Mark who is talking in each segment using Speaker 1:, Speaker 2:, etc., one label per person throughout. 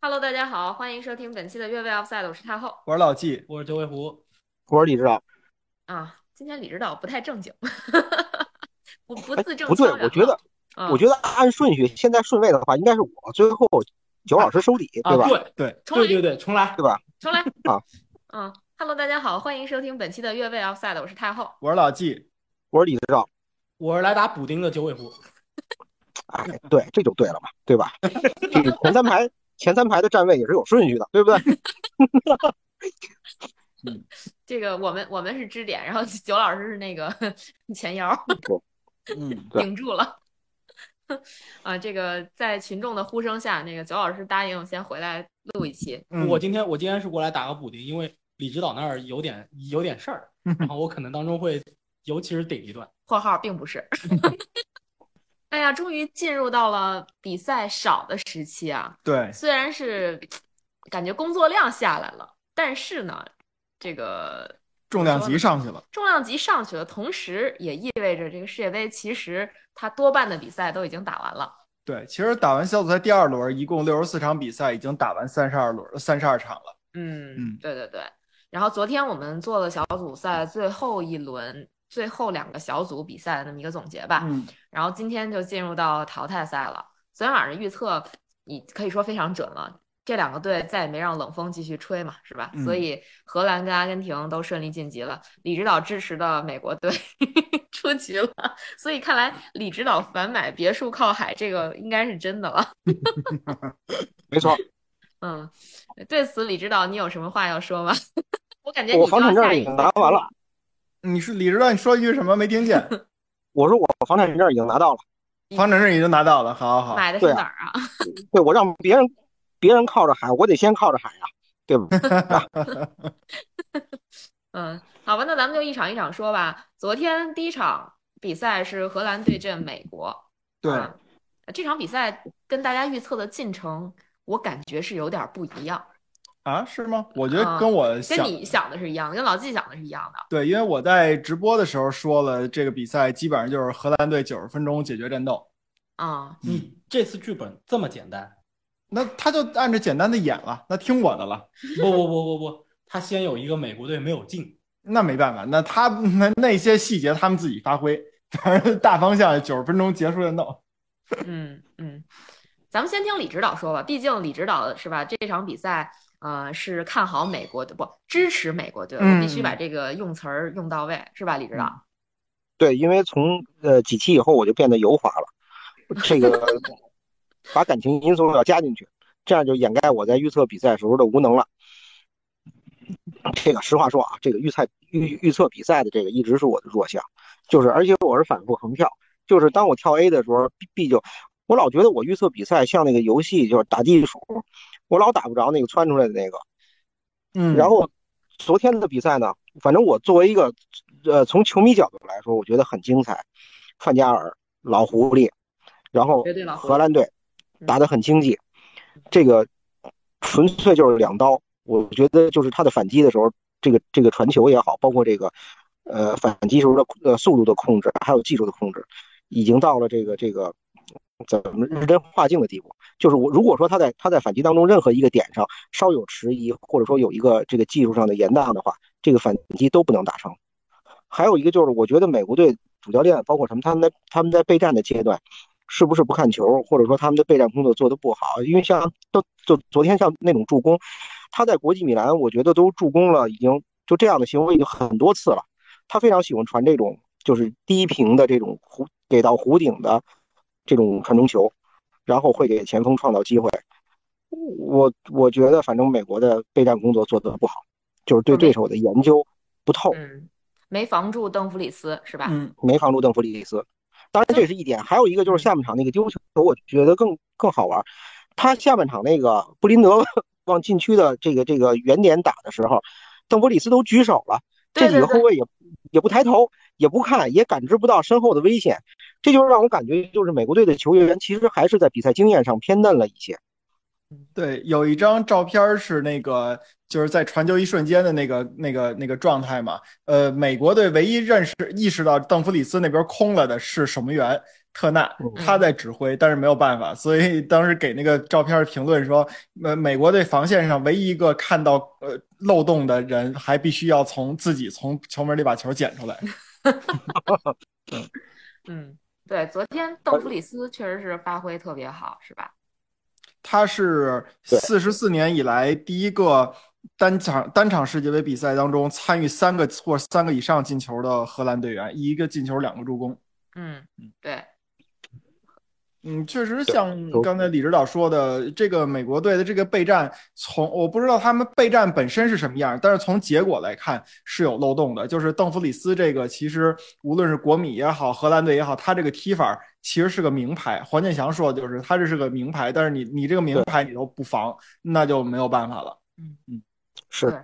Speaker 1: Hello，大家好，欢迎收听本期的越位 Offside，我是太后
Speaker 2: 我是老纪，
Speaker 3: 我是九尾狐，
Speaker 4: 我是李指导。
Speaker 1: 啊。今天李指导不太正经， 不不
Speaker 4: 哎
Speaker 1: 自正
Speaker 4: 不对，
Speaker 1: 腔圆
Speaker 4: 我觉得，
Speaker 1: 啊
Speaker 4: 我觉得按顺序，现在顺位的话，应该是我最后九老师收底，
Speaker 3: 啊，
Speaker 4: 对吧？
Speaker 2: 对
Speaker 1: 重来
Speaker 3: 对对对，重来
Speaker 4: 对吧？
Speaker 1: 重来
Speaker 4: 啊。
Speaker 1: 嗯，Hello，大家好，欢迎收听本期的越位 Offside，我是太后。
Speaker 2: 我是老纪，
Speaker 4: 我是李指导。
Speaker 3: 我是来打补丁的九尾狐，
Speaker 4: 哎，对，这就对了嘛，对吧？这个前三排前三排的站位也是有顺序的，对不对？
Speaker 1: 这个我们我们是支点，然后九老师是那个 前腰
Speaker 2: 嗯，
Speaker 4: 对
Speaker 1: 顶住了。啊，这个在群众的呼声下，那个九老师答应先回来录一期。
Speaker 2: 嗯
Speaker 3: 我今天我今天是过来打个补丁，因为李指导那儿有点有点事儿，然后我可能当中会尤其是顶一段，
Speaker 1: （括号并不是） 哎呀，终于进入到了比赛少的时期啊！
Speaker 2: 对，
Speaker 1: 虽然是感觉工作量下来了，但是呢，这个
Speaker 2: 重量级上去了，
Speaker 1: 重量级上去了，同时也意味着这个世界杯其实它多半的比赛都已经打完了。
Speaker 2: 对，其实打完小组赛第二轮，一共六十四场比赛，已经打完三十二轮，三十二场了。
Speaker 1: 嗯
Speaker 2: 嗯，
Speaker 1: 对对对。然后昨天我们做了小组赛最后一轮、最后两个小组比赛的那么一个总结吧。
Speaker 2: 嗯，
Speaker 1: 然后今天就进入到淘汰赛了。昨天晚上预测，你可以说非常准了。这两个队再也没让冷风继续吹嘛，是吧？
Speaker 2: 嗯
Speaker 1: 所以荷兰跟阿根廷都顺利晋级了。李指导支持的美国队 出局了，所以看来李指导反买别墅靠海这个应该是真的了。
Speaker 4: 没错，
Speaker 1: 嗯，对此李指导你有什么话要说吗？ 我感觉你
Speaker 4: 我
Speaker 1: 就
Speaker 4: 房
Speaker 1: 要
Speaker 4: 产证
Speaker 1: 下
Speaker 4: 已
Speaker 1: 一
Speaker 4: 经
Speaker 1: 个
Speaker 4: 拿完了，
Speaker 2: 你是李指导，你说一句什么没听见？
Speaker 4: 我说我房产证已经拿到了，
Speaker 2: 方程式已经拿到了，好好好，
Speaker 1: 买的是
Speaker 4: 对啊
Speaker 1: 哪儿啊？
Speaker 4: 对我让别人别人靠着海，我得先靠着海啊，对吧？
Speaker 1: 嗯，好吧，那咱们就一场一场说吧。昨天第一场比赛是荷兰对阵美国，
Speaker 2: 对
Speaker 1: 啊这场比赛跟大家预测的进程，我感觉是有点不一样，
Speaker 2: 啊，是吗？我觉得跟我
Speaker 1: 跟
Speaker 2: 想
Speaker 1: 你想的是一样的，跟老季想的是一样的。
Speaker 2: 对，因为我在直播的时候说了，这个比赛基本上就是荷兰队九十分钟解决战斗，
Speaker 1: 啊、
Speaker 3: 你这次剧本这么简单？
Speaker 2: 那他就按着简单的演了，那听我的了，
Speaker 3: 不不不不不，他先有一个美国队没有进，
Speaker 2: 那没办法，那他那那些细节他们自己发挥，反正大方向九十分钟结束战斗。
Speaker 1: 嗯嗯，咱们先听李指导说吧，毕竟李指导是吧？这场比赛，呃，是看好美国的，不支持美国队，我必须把
Speaker 2: 嗯
Speaker 1: 这个用词儿用到位，是吧，李指导？
Speaker 4: 对，因为从呃几期以后我就变得油滑了，这个把感情因素要加进去，这样就掩盖我在预测比赛时候的无能了。这个实话说啊，这个预测预预测比赛的这个一直是我的弱项，就是而且我是反复横跳，就是当我跳 A 的时候，B B 就我老觉得我预测比赛像那个游戏就是打地鼠，我老打不着那个窜出来的那个，
Speaker 2: 嗯
Speaker 4: 然后昨天的比赛呢，反正我作为一个呃从球迷角度来说，我觉得很精彩。范加尔老狐狸，然后
Speaker 1: 绝对老狐狸
Speaker 4: 荷兰队
Speaker 1: 嗯
Speaker 4: 打得很经济，这个纯粹就是两刀。我觉得就是他的反击的时候，这个这个传球也好，包括这个呃反击时候的呃速度的控制，还有技术的控制，已经到了这个这个怎么日真化境的地步。就是我如果说他在他在反击当中任何一个点上稍有迟疑，或者说有一个这个技术上的延宕的话，这个反击都不能打成。还有一个就是，我觉得美国队主教练包括什么，他们在他们在备战的阶段，是不是不看球，或者说他们的备战工作做得不好？因为像都就昨天像那种助攻，他在国际米兰，我觉得都助攻了，已经就这样的行为已经很多次了。他非常喜欢传这种就是低平的这种弧给到弧顶的这种传中球，然后会给前锋创造机会。我我觉得反正美国的备战工作做得不好，就是对对手的研究不透。
Speaker 1: 嗯，没防住邓弗里斯是吧？
Speaker 2: 嗯，
Speaker 4: 没防住邓弗里斯。当然这是一点，还有一个就是下半场那个丢球，我觉得更更好玩。他下半场那个布林德 往禁区的这个这个远点打的时候，邓弗里斯都举手了，
Speaker 1: 对
Speaker 4: 这几
Speaker 1: 对
Speaker 4: 个后
Speaker 1: 对，
Speaker 4: 卫也也不抬头，也不看，也感知不到身后的危险，这就让我感觉就是美国队的球员其实还是在比赛经验上偏嫩了一些。
Speaker 2: 对，有一张照片儿是那个，就是在传球一瞬间的那个、那个、那个状态嘛。呃，美国队唯一认识、意识到邓弗里斯那边空了的是守门员，特纳，
Speaker 4: 嗯
Speaker 2: 他在指挥，但是没有办法，所以当时给那个照片评论说，呃，美国队防线上唯一一个看到呃漏洞的人，还必须要从自己从球门里把球捡出来。
Speaker 1: 嗯，对，昨天邓弗里斯确实是发挥特别好，是吧？
Speaker 2: 他是
Speaker 4: 对
Speaker 2: 四十四年以来第一个单场单场世界杯比赛当中参与三个或三个以上进球的荷兰队员，一个进球，两个助攻。
Speaker 1: 嗯，对，
Speaker 2: 嗯，确实
Speaker 4: 对
Speaker 2: 像
Speaker 4: 都
Speaker 2: 刚才李指导说的，这个美国队的这个备战从，我不知道他们备战本身是什么样，但是从结果来看是有漏洞的。就是邓弗里斯这个，其实无论是国米也好，荷兰队也好，他这个踢法其实是个名牌。黄健翔说的就是他这是个名牌，但是你你这个名牌你都不防，那就没有办法了。
Speaker 4: 是
Speaker 1: 对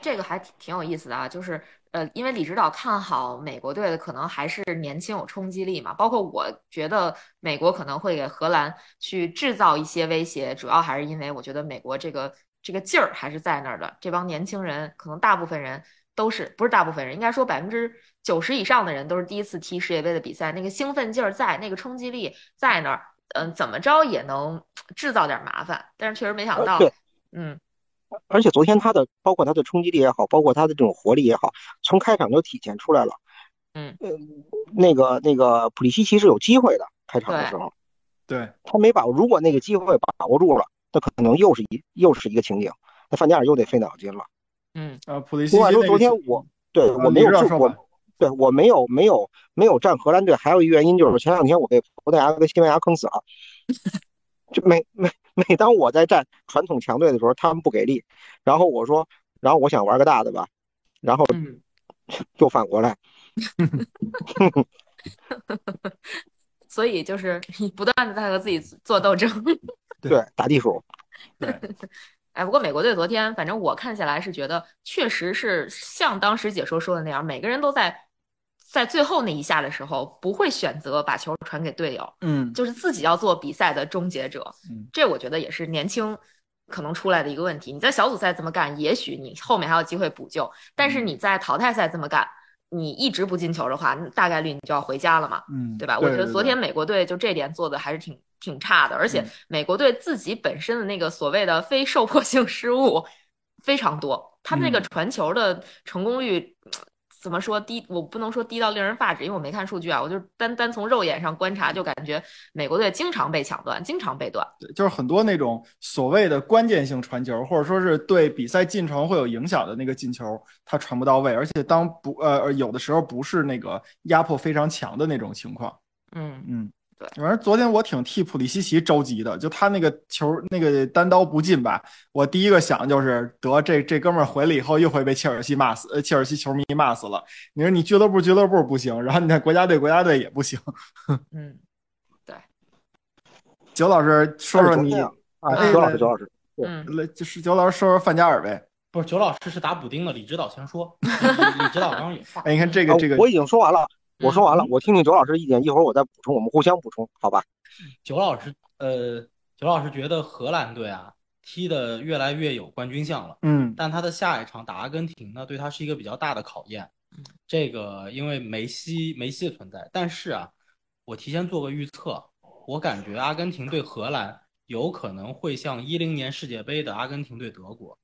Speaker 1: 这个还挺挺有意思的啊，就是呃，因为李指导看好美国队的，可能还是年轻有冲击力嘛。包括我觉得美国可能会给荷兰去制造一些威胁，主要还是因为我觉得美国这个这个劲儿还是在那儿的。这帮年轻人，可能大部分人都是不是大部分人，应该说百分之九十以上的人都是第一次踢世界杯的比赛，那个兴奋劲儿在，那个冲击力在那儿，嗯，怎么着也能制造点麻烦。但是确实没想
Speaker 4: 呃
Speaker 1: 到
Speaker 4: 对，
Speaker 1: 嗯，
Speaker 4: 而且昨天他的包括他的冲击力也好，包括他的这种活力也好，从开场就体现出来了。
Speaker 1: 嗯
Speaker 4: 呃，那个那个普利西奇是有机会的，开场的
Speaker 1: 对
Speaker 4: 时候
Speaker 2: 对，
Speaker 4: 他没把握，如果那个机会把握住了，那可能又是一又是一个情景，那范加尔又得费脑筋了。
Speaker 1: 嗯，
Speaker 2: 呃，普利西
Speaker 4: 另外
Speaker 2: 奇
Speaker 4: 说，
Speaker 2: 那
Speaker 4: 昨
Speaker 2: 个
Speaker 4: 天
Speaker 2: 球
Speaker 4: 我对
Speaker 2: 呃
Speaker 4: 我没
Speaker 2: 李
Speaker 4: 有
Speaker 2: 指导
Speaker 4: 注
Speaker 2: 说
Speaker 4: 我
Speaker 2: 吧，
Speaker 4: 对我没有没有没有站荷兰队，还有一个原因就是前两天我被葡萄牙跟西班牙坑 死了。就每每每当我在站传统强队的时候，他们不给力，然后我说，然后我想玩个大的吧，然后
Speaker 1: 嗯。
Speaker 4: 就反过来，
Speaker 1: 所以就是 你不断的在和自己做斗争。
Speaker 2: 对
Speaker 4: 对，打地鼠，
Speaker 2: 对，
Speaker 1: 哎，不过美国队昨天，反正我看下来是觉得，确实是像当时解说说的那样，每个人都在在最后那一下的时候，不会选择把球传给队友，
Speaker 2: 嗯，
Speaker 1: 就是自己要做比赛的终结者
Speaker 2: 嗯。
Speaker 1: 这我觉得也是年轻可能出来的一个问题。你在小组赛这么干，也许你后面还有机会补救，但是你在淘汰赛这么干，你一直不进球的话，那大概率你就要回家了嘛。
Speaker 2: 嗯，
Speaker 1: 对吧？我觉得昨
Speaker 2: 对
Speaker 1: 天美国队就这点做的还是挺挺差的，而且
Speaker 2: 嗯
Speaker 1: 美国队自己本身的那个所谓的非受迫性失误非常多，他们那个
Speaker 2: 嗯
Speaker 1: 传球的成功率。怎么说低？我不能说低到令人发指，因为我没看数据啊，我就单单从肉眼上观察，就感觉美国队经常被抢断，经常被断。
Speaker 2: 就是很多那种所谓的关键性传球，或者说是对比赛进程会有影响的那个进球，他传不到位，而且当不呃有的时候不是那个压迫非常强的那种情况，
Speaker 1: 嗯，
Speaker 2: 嗯，
Speaker 1: 对
Speaker 2: 反正昨天我挺替普利西奇着急的，就他那个球那个单刀不进吧，我第一个想就是得这这哥们儿回来以后又会被切尔西骂死，呃切尔西球迷骂死了。你说你俱乐部俱乐部不行，然后你在国家队国家队也不行。
Speaker 1: 嗯，
Speaker 2: 九老师说说你
Speaker 4: 但是昨天啊啊，
Speaker 1: 哎
Speaker 4: 何老
Speaker 2: 那
Speaker 4: 师，何老师，对
Speaker 1: 嗯，
Speaker 2: 来，就是九老师说说范加尔呗。
Speaker 3: 不是九老师是打补丁的，李指导先说，李李指导刚刚有话。
Speaker 2: 哎，你看这
Speaker 4: 啊
Speaker 2: 个这个，
Speaker 4: 我已经说完了，我说完了
Speaker 1: 嗯，
Speaker 4: 我听听九老师的意见，一会儿我再补充，我们互相补充，好吧？
Speaker 3: 九老师，呃，九老师觉得荷兰队啊踢得越来越有冠军相了，
Speaker 2: 嗯
Speaker 3: 但他的下一场打阿根廷呢，对他是一个比较大的考验
Speaker 1: 嗯。
Speaker 3: 这个因为梅西梅西的存在，但是啊，我提前做个预测，我感觉阿根廷对荷兰有可能会像一零年世界杯的阿根廷对德国，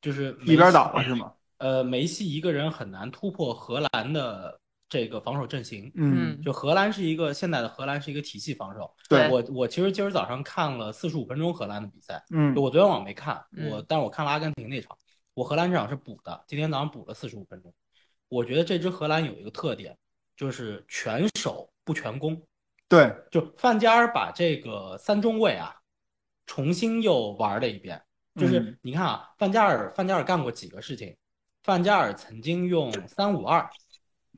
Speaker 3: 就是梅西
Speaker 2: 一边倒了是吗？
Speaker 3: 呃，梅西一个人很难突破荷兰的这个防守阵型。
Speaker 2: 嗯，
Speaker 3: 就荷兰是一个现在的荷兰是一个体系防守。
Speaker 1: 对
Speaker 3: 我，我其实今儿早上看了四十五分钟荷兰的比赛，
Speaker 2: 嗯
Speaker 3: 就我昨天晚上没看，
Speaker 1: 嗯
Speaker 3: 我但是我看了阿根廷那场，我荷兰这场是补的，今天早上补了四十五分钟。我觉得这支荷兰有一个特点，就是全守不全攻。
Speaker 2: 对，
Speaker 3: 就范加尔把这个三中卫啊，重新又玩了一遍。就是
Speaker 2: 嗯
Speaker 3: 你看啊，范加尔范加尔干过几个事情？范加尔曾经用三五二，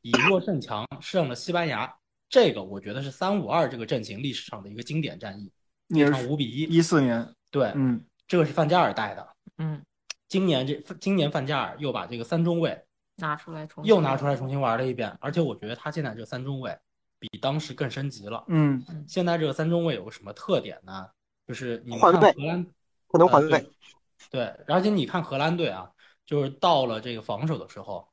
Speaker 3: 以弱胜强胜了西班牙。这个我觉得是三五二这个阵型历史上的一个经典战役，
Speaker 2: 你
Speaker 3: 场
Speaker 2: 是
Speaker 3: 五比一。
Speaker 2: 一四年，
Speaker 3: 对，
Speaker 2: 嗯
Speaker 3: 这个是范加尔带的。
Speaker 1: 嗯，
Speaker 3: 今年这今年范加尔又把这个三中卫
Speaker 1: 拿出来重新
Speaker 3: 又拿出来重新玩了一遍，而且我觉得他现在这个三中卫比当时更升级了。
Speaker 2: 嗯
Speaker 3: 现在这个三中卫有个什么特点呢？就是你们
Speaker 4: 换
Speaker 3: 看
Speaker 4: 位
Speaker 3: 荷兰
Speaker 2: 啊
Speaker 4: 不能还
Speaker 3: 呃
Speaker 4: 位，
Speaker 3: 对，对，而且你看荷兰队啊，就是
Speaker 4: 嗯
Speaker 3: 到了这个防守的时候，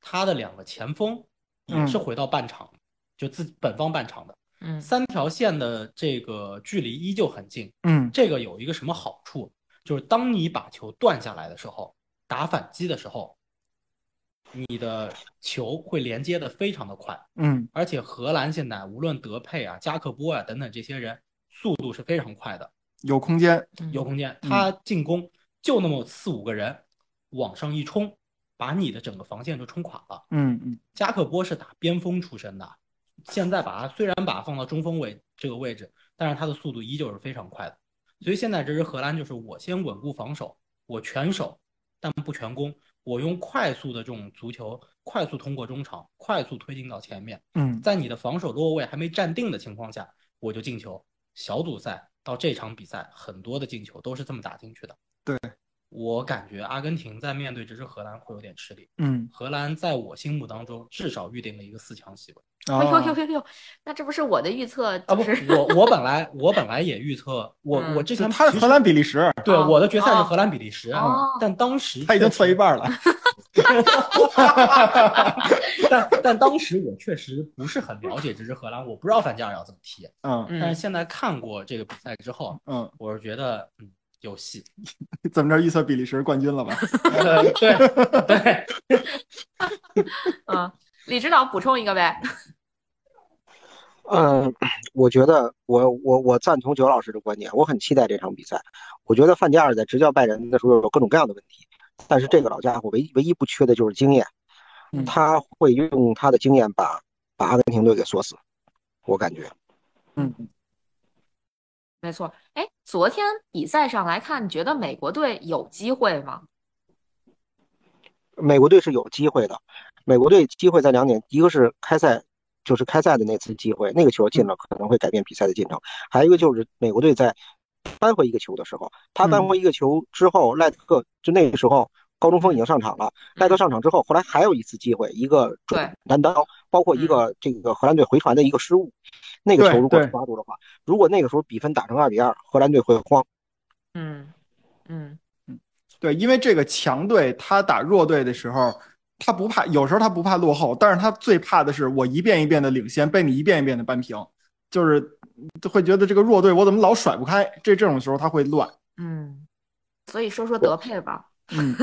Speaker 3: 他的两个前锋也是回到半场，就自本方半场的
Speaker 1: 嗯
Speaker 3: 三条线的这个距离依旧很近。
Speaker 2: 嗯
Speaker 3: 这个有一个什么好处？就是当你把球断下来的时候，打反击的时候，你的球会连接的非常的快。
Speaker 2: 嗯
Speaker 3: 而且荷兰现在无论德佩啊、加克波啊等等这些人，速度是非常快的，
Speaker 2: 有空间，
Speaker 1: 嗯
Speaker 3: 有空间。他进攻就那么四五个人，往上一冲，把你的整个防线就冲垮了。
Speaker 2: 嗯嗯
Speaker 3: 加克波是打边锋出身的，现在把他虽然把他放到中锋位这个位置，但是他的速度依旧是非常快的。所以现在这支荷兰就是我先稳固防守，我全守，但不全攻，我用快速的这种足球，快速通过中场，快速推进到前面。
Speaker 2: 嗯
Speaker 3: 在你的防守落位还没站定的情况下，我就进球。小组赛到这场比赛，很多的进球都是这么打进去的。
Speaker 2: 对，
Speaker 3: 我感觉阿根廷在面对这支荷兰会有点吃力。
Speaker 2: 嗯，
Speaker 3: 荷兰在我心目当中至少预定了一个四强席位
Speaker 1: 哎呦
Speaker 2: 啊
Speaker 1: 呦呦呦，那这不是我的预测，
Speaker 3: 啊！
Speaker 1: 就
Speaker 3: 不
Speaker 1: 是，
Speaker 3: 我我本来我本来也预测我
Speaker 1: 嗯
Speaker 3: 我之前
Speaker 2: 他
Speaker 3: 其
Speaker 2: 是
Speaker 3: 实
Speaker 2: 荷兰比利时，
Speaker 3: 对
Speaker 1: 哦
Speaker 3: 我的决赛是
Speaker 1: 哦
Speaker 3: 荷兰比利时啊
Speaker 1: 哦，
Speaker 3: 但当时
Speaker 2: 他已经错一半了。
Speaker 3: 但但当时我确实不是很了解这支荷兰，我不知道范加尔要怎么踢。
Speaker 2: 嗯
Speaker 3: 但
Speaker 1: 嗯
Speaker 3: 是现在看过这个比赛之后，
Speaker 2: 嗯，
Speaker 3: 我是觉得嗯 有戏。
Speaker 2: 怎么着预测比利时冠军了吧？
Speaker 3: 呃对 对，
Speaker 1: 嗯，李指导补充一个呗，
Speaker 4: 嗯，我觉得我我我赞同九老师的观点，我很期待这场比赛。我觉得范加尔在执教拜仁的时候有各种各样的问题，但是这个老家伙唯一唯一不缺的就是经验
Speaker 2: 嗯，
Speaker 4: 他会用他的经验把把阿根廷队给锁死，我感觉。
Speaker 1: 没错。哎，昨天比赛上来看，你觉得美国队有机会吗？
Speaker 4: 美国队是有机会的，美国队机会在两点，一个是开赛，就是开赛的那次机会，那个球进
Speaker 2: 嗯
Speaker 4: 了可能会改变比赛的进程；还有一个就是美国队在扳回一个球的时候，他扳回一个球之后，
Speaker 2: 嗯
Speaker 4: 赖特就那个时候高中锋已经上场了，赖特上场之后，后来还有一次机会，一个
Speaker 1: 对
Speaker 4: 准单刀，包括一个这个荷兰队回传的一个失误，那个球如
Speaker 2: 嗯
Speaker 4: 果
Speaker 2: 对对
Speaker 4: 抓住的话，如果那个时候比分打成二比二，荷兰队会慌。
Speaker 1: 嗯嗯
Speaker 2: 对，因为这个强队他打弱队的时候，他不怕，有时候他不怕落后，但是他最怕的是我一遍一遍的领先，被你一遍一遍的扳平，就是就会觉得这个弱队我怎么老甩不开，这这种时候他会乱。
Speaker 1: 嗯，所以说说德佩吧，
Speaker 2: 嗯，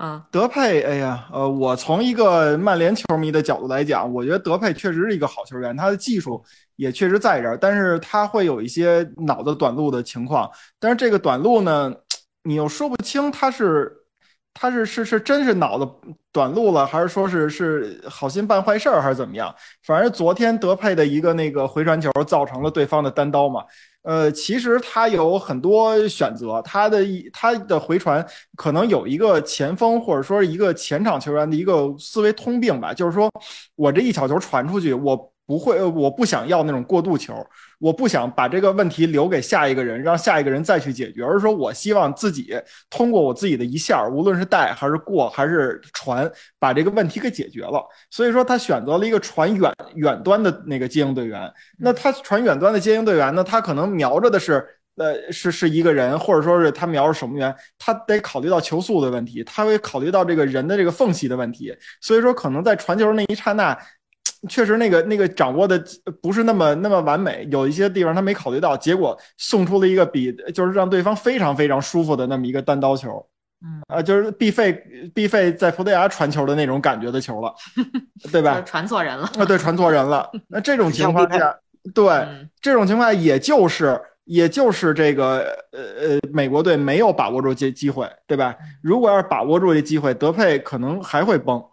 Speaker 1: 嗯
Speaker 2: 德佩，哎呀，呃，我从一个曼联球迷的角度来讲，我觉得德佩确实是一个好球员，他的技术也确实在这儿，但是他会有一些脑子短路的情况，但是这个短路呢，你又说不清他是 他是是是真是脑子短路了，还是说是是好心办坏事儿，还是怎么样？反正昨天德佩的一个那个回传球造成了对方的单刀嘛，呃，其实他有很多选择，他的一他的回传可能有一个前锋或者说一个前场球员的一个思维通病吧，就是说我这一小球传出去，我不会，呃我不想要那种过渡球，我不想把这个问题留给下一个人，让下一个人再去解决，而是说我希望自己通过我自己的一下儿，无论是带还是过还是传，把这个问题给解决了。所以说他选择了一个传远远端的那个接应队员，那
Speaker 1: 嗯
Speaker 2: 他传远端的接应队员呢，他可能瞄着的是。呃，是是一个人，或者说是他瞄着守门员，他得考虑到球速的问题，他会考虑到这个人的这个缝隙的问题，所以说可能在传球那一刹那，确实那个那个掌握的不是那么那么完美，有一些地方他没考虑到，结果送出了一个比就是让对方非常非常舒服的那么一个单刀球。
Speaker 1: 嗯，
Speaker 2: 啊，就是毕费毕费在葡萄牙传球的那种感觉的 球了，对
Speaker 1: 就是
Speaker 2: 吧？
Speaker 1: 传错人了，
Speaker 2: 啊，对，传错人了。那这种情况
Speaker 4: 像毕
Speaker 2: 下，对
Speaker 1: 嗯
Speaker 2: 这种情况下，也就是也就是这个呃呃，美国队没有把握住这机会，对吧？如果要是把握住这机会，德佩可能还会崩。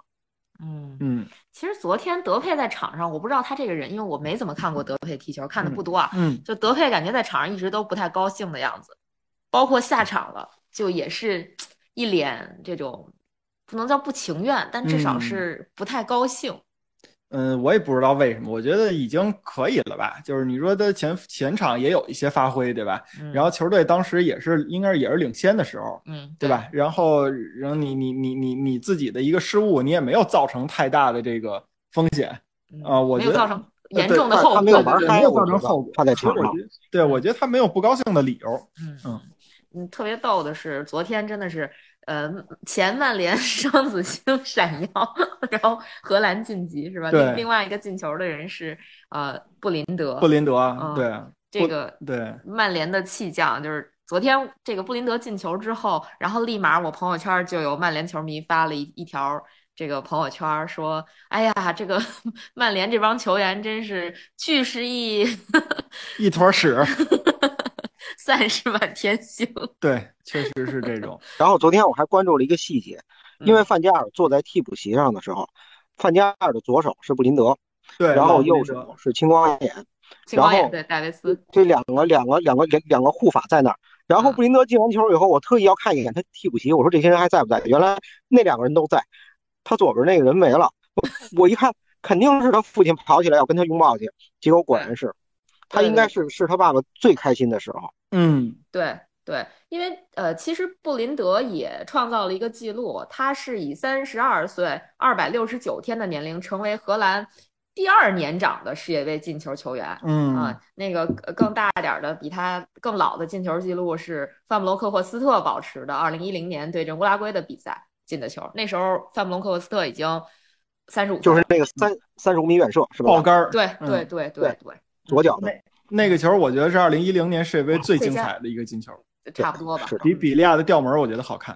Speaker 1: 嗯。
Speaker 2: 嗯
Speaker 1: 其实昨天德佩在场上，我不知道他这个人，因为我没怎么看过德佩踢球，看的不多啊。
Speaker 2: 嗯，
Speaker 1: 就德佩感觉在场上一直都不太高兴的样子，包括下场了，就也是一脸这种不能叫不情愿，但至少
Speaker 2: 嗯
Speaker 1: 是不太高兴。
Speaker 2: 嗯，我也不知道为什么，我觉得已经可以了吧。就是你说他前前场也有一些发挥，对吧？
Speaker 1: 嗯
Speaker 2: 然后球队当时也是应该也是领先的时候，
Speaker 1: 嗯，
Speaker 2: 对吧？然后，然后你你你你你自己的一个失误，你也没有造成太大的这个风险
Speaker 1: 嗯
Speaker 2: 啊、我
Speaker 1: 没
Speaker 2: 觉
Speaker 1: 有
Speaker 2: 得
Speaker 1: 造成严
Speaker 2: 对
Speaker 1: 重的
Speaker 4: 他
Speaker 1: 后
Speaker 4: 他
Speaker 1: 果。
Speaker 4: 没有玩
Speaker 2: 对
Speaker 4: 嗨
Speaker 2: 没有
Speaker 4: 我
Speaker 2: 造
Speaker 4: 觉
Speaker 2: 成
Speaker 4: 得
Speaker 2: 后果。
Speaker 4: 他在
Speaker 2: 其实
Speaker 4: 场上
Speaker 2: 我觉得，对我觉得他没有不高兴的理由。
Speaker 1: 嗯
Speaker 2: 嗯
Speaker 1: 嗯，特别逗的是，昨天真的是，呃，前曼联 双子星闪耀，然后荷兰晋级是吧？
Speaker 2: 对
Speaker 1: 另另外一个进球的人是呃布林德，
Speaker 2: 布林德
Speaker 1: 嗯
Speaker 2: 啊，对
Speaker 1: 这个
Speaker 2: 对，
Speaker 1: 曼联的弃将就是昨天这个布林德进球之后，然后立马我朋友圈就有曼联球迷发了一一条这个朋友圈说：“哎呀，这个 曼联这帮球员真是巨是一
Speaker 2: 一 坨屎，
Speaker 1: 散是满天星。
Speaker 2: 对，确实是这种。
Speaker 4: 然后昨天我还关注了一个细节，
Speaker 1: 嗯
Speaker 4: 因为范加尔坐在替补席上的时候，范加尔的左手是布林德，
Speaker 2: 对，
Speaker 4: 然后
Speaker 2: 老布
Speaker 4: 右
Speaker 2: 林德
Speaker 4: 手是青光眼，”
Speaker 1: 青光
Speaker 4: 然
Speaker 1: 眼
Speaker 4: 后嗯
Speaker 1: 对戴维斯，
Speaker 4: 这两个两个两个两两个护法在那儿。然后
Speaker 1: 嗯
Speaker 4: 布林德进完球以后，我特意要看一眼他替补席，我说这些人还在不在？原来那两个人都在，他左边那个人没了。我我一看，肯定是他父亲跑起来要跟他拥抱去，结果果然是，他应该是是他爸爸最开心的时候。
Speaker 2: 嗯，
Speaker 1: 对对，因为呃，其实布林德也创造了一个记录，他是以三十二岁二百六十九天的年龄，成为荷兰第二年长的世界杯进球球员。
Speaker 2: 嗯
Speaker 1: 啊，那个呃更大点儿的，比他更老的进球记录是范布隆克霍斯特保持的，二零一零年对阵乌拉圭的比赛进的球。那时候范布隆克霍斯特已经三十五，
Speaker 4: 就是那个三三十五米远射是
Speaker 2: 爆
Speaker 4: 吧？
Speaker 2: 杆儿，
Speaker 1: 对
Speaker 2: 嗯
Speaker 1: 对对对对，
Speaker 4: 左脚的，
Speaker 2: 那个球我觉得是二零一零年世界杯最
Speaker 1: 最
Speaker 2: 精
Speaker 1: 佳
Speaker 2: 彩的一个进球，
Speaker 1: 差不多吧
Speaker 4: 是，
Speaker 2: 比比利亚的吊门我觉得好看。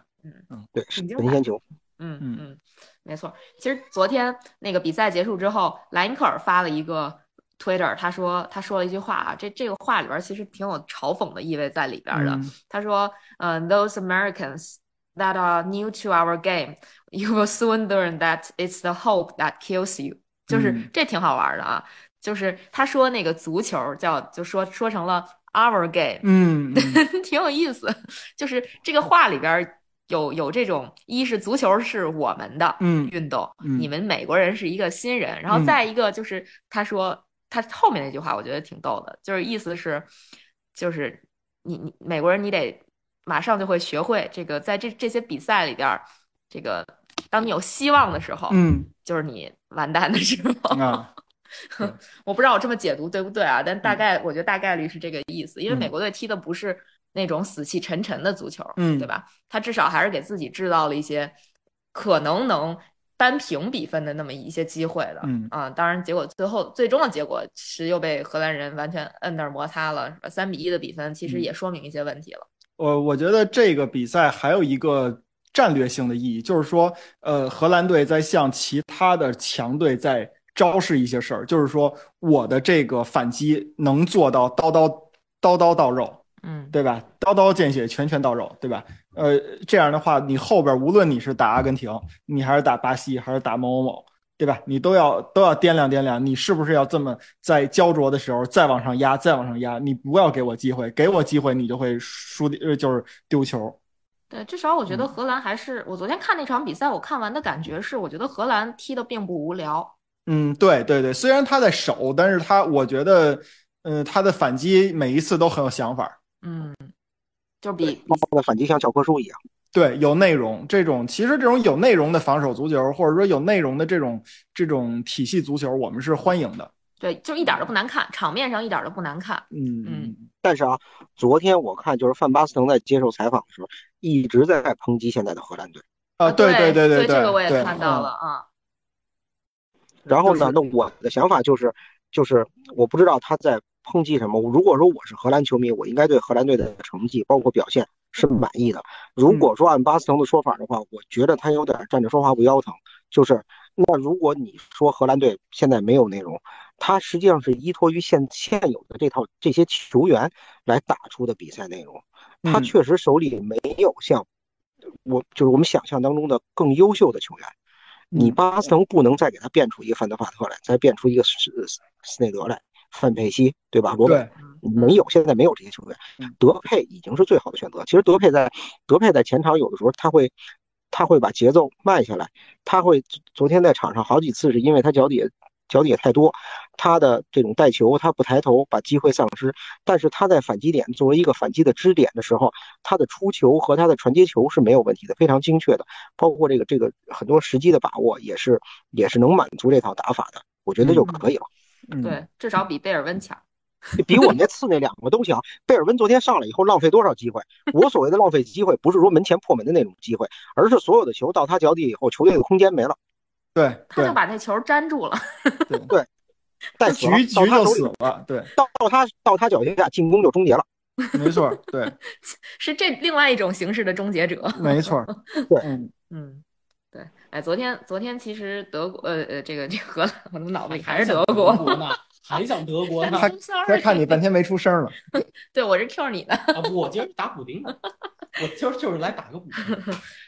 Speaker 4: 对，
Speaker 1: 挺精
Speaker 4: 神
Speaker 1: 彩
Speaker 4: 仙球。
Speaker 1: 嗯
Speaker 2: 嗯
Speaker 1: 嗯，没错。其实昨天那个比赛结束之后，莱因克尔发了一个 Twitter，他说他说了一句话啊，这这个话里边儿其实挺有嘲讽的意味在里边儿的。
Speaker 2: 嗯
Speaker 1: 他说，呃、t h o s e Americans that are new to our game, you will soon learn that it's the hope that kills you。就是
Speaker 2: 嗯
Speaker 1: 这挺好玩儿的啊，就是他说那个足球叫就说说成了 our game，
Speaker 2: 嗯，嗯
Speaker 1: 挺有意思，就是这个话里边儿有有这种，一是足球是我们的
Speaker 2: 嗯
Speaker 1: 运动，
Speaker 2: 嗯
Speaker 1: 你们美国人是一个新人，然后
Speaker 2: 嗯
Speaker 1: 再一个就是他说他后面那句话，我觉得挺逗的，就是意思是，就是你你美国人你得马上就会学会这个，在这这些比赛里边儿，这个当你有希望的时候，
Speaker 2: 嗯
Speaker 1: 就是你完蛋的时候。
Speaker 2: 啊，
Speaker 1: 我不知道我这么解读对不对啊，但大概、我觉得大概率是这个意思，因为
Speaker 2: 嗯
Speaker 1: 美国队踢的不是那种死气沉沉的足球，
Speaker 2: 嗯
Speaker 1: 对吧？他至少还是给自己制造了一些可能能扳平比分的那么一些机会的，
Speaker 2: 嗯
Speaker 1: 啊，当然结果最后最终的结果是又被荷兰人完全摁那儿摩擦了，三比一的比分其实
Speaker 2: 嗯
Speaker 1: 也说明一些问题了，
Speaker 2: 我呃我觉得这个比赛还有一个战略性的意义，就是说，呃，荷兰队在向其他的强队在昭示一些事儿，就是说我的这个反击能做到刀刀刀刀到肉，
Speaker 1: 嗯，
Speaker 2: 对吧？刀刀见血，拳拳到肉，对吧？呃，这样的话，你后边无论你是打阿根廷，你还是打巴西，还是打某某某，对吧？你都要都要掂量掂量，你是不是要这么在焦灼的时候再往上压，再往上压？你不要给我机会，给我机会你就会输，呃，就是丢球。
Speaker 1: 对，至少我
Speaker 2: 嗯
Speaker 1: 觉得荷兰还是、我昨天看那场比赛，我看完的感觉是，我觉得荷兰踢的并不无聊，
Speaker 2: 嗯，对对对，虽然他在守，但是他我觉得，嗯、他的反击每一次都很有想法，
Speaker 1: 嗯，就比比
Speaker 4: 包括反击像教科书一样。
Speaker 2: 对，有内容这种，其实这种有内容的防守足球，或者说有内容的这种这种体系足球，我们是欢迎的。
Speaker 1: 对，就一点儿都不难看，场面上一点儿都不难看。
Speaker 2: 嗯
Speaker 1: 嗯
Speaker 4: 但是啊，昨天我看就是范巴斯滕在接受采访的时候，一直在抨击现在的荷兰队。
Speaker 2: 啊，对
Speaker 1: 哦对
Speaker 2: 对对
Speaker 1: 对这个我也
Speaker 2: 对嗯
Speaker 1: 看到了啊。
Speaker 4: 然后呢，
Speaker 2: 就
Speaker 4: 那我的想法就是，就是我不知道他在抨击什么。如果说我是荷兰球迷，我应该对荷兰队的成绩包括表现是满意的。如果说按巴斯滕的说法的话，我觉得他有点站着说话不腰疼。就是那如果你说荷兰队现在没有内容，他实际上是依托于现现有的这套这些球员来打出的比赛内容。他
Speaker 2: 嗯
Speaker 4: 确实手里没有像我就是我们想象当中的更优秀的球员。你
Speaker 2: 嗯
Speaker 4: 巴斯滕不能再给他变出一个范德法特来，再变出一个斯斯斯内德来，范佩西对吧？罗本
Speaker 2: 对，
Speaker 1: 嗯
Speaker 4: 没有，现在没有这些球员
Speaker 2: 嗯，
Speaker 4: 德佩已经是最好的选择。其实德佩在德佩在前场有的时候他会他会把节奏慢下来，他会昨昨天在场上好几次是因为他脚底下脚底也太多，他的这种带球他不抬头把机会丧失，但是他在反击点作为一个反击的支点的时候，他的出球和他的传接球是没有问题的，非常精确的，包括这个这个很多时机的把握也是也是能满足这套打法的，我觉得就可以了。
Speaker 2: 嗯，
Speaker 1: 对，至少比贝尔温强。
Speaker 4: 比我们那次那两个都强。贝尔温昨天上来以后浪费多少机会？我所谓的浪费机会，不是说门前破门的那种机会，而是所有的球到他脚底以后，球队的空间没了，
Speaker 2: 对，
Speaker 1: 他
Speaker 2: 对
Speaker 1: 就把那球粘住了。
Speaker 4: 带死了
Speaker 2: 局
Speaker 4: 到
Speaker 2: 局就
Speaker 4: 他手里
Speaker 2: 死了，对，
Speaker 4: 到到他到他脚下进攻就终结了。
Speaker 2: 没错儿，对，
Speaker 1: 是这另外一种形式的终结者。
Speaker 2: 没错 儿，
Speaker 4: 对
Speaker 2: 嗯，
Speaker 1: 嗯，对，哎，昨天昨天其实德国，呃呃，这个这个荷兰，我怎么脑子里还
Speaker 3: 还
Speaker 1: 是
Speaker 3: 想
Speaker 1: 德
Speaker 3: 德
Speaker 1: 国？
Speaker 3: 呢，还想德国呢
Speaker 2: 他
Speaker 1: sorry，
Speaker 2: 再看你半天没出声了，
Speaker 1: 对我是 Q 你的
Speaker 3: 啊！不我今儿打补丁，我今儿就是来打个 补丁。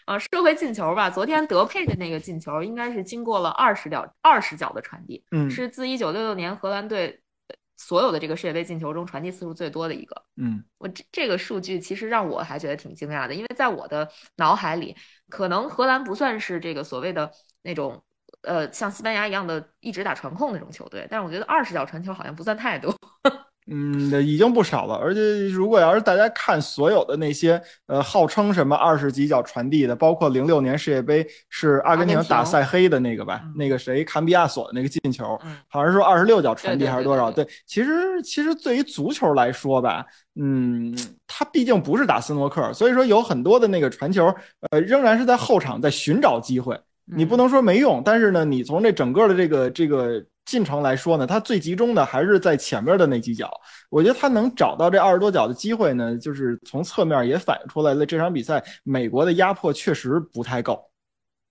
Speaker 1: 啊。说回进球吧，昨天德佩的那个进球应该是经过了二十脚二十脚的传递，
Speaker 2: 嗯
Speaker 1: 是自一九六六年荷兰队呃所有的这个世界杯进球中传递次数最多的一个。
Speaker 2: 嗯，
Speaker 1: 我这这个数据其实让我还觉得挺惊讶的，因为在我的脑海里，可能荷兰不算是这个所谓的那种呃像西班牙一样的一直打传控那种球队，但是我觉得二十脚传球好像不算太多。
Speaker 2: 嗯，对已经不少了。而且，如果要是大家看所有的那些呃，号称什么二十几脚传递的，包括零六年世界杯是阿根
Speaker 1: 阿
Speaker 2: 廷
Speaker 1: 根廷
Speaker 2: 打塞黑的那个吧
Speaker 1: 嗯，
Speaker 2: 那个谁坎比亚索的那个进球，
Speaker 1: 嗯，
Speaker 2: 好像是说二十六脚传递
Speaker 1: 对对
Speaker 2: 还是多少？
Speaker 1: 对
Speaker 2: 对，其实其实对于足球来说吧，嗯，他毕竟不是打斯诺克，所以说有很多的那个传球，呃，仍然是在后场在寻找机会。
Speaker 1: 嗯
Speaker 2: 你不能说没用，但是呢，你从这整个的这个这个进程来说呢，它最集中的还是在前面的那几脚。我觉得他能找到这二十多脚的机会呢，就是从侧面也反映出来了这场比赛美国的压迫确实不太够。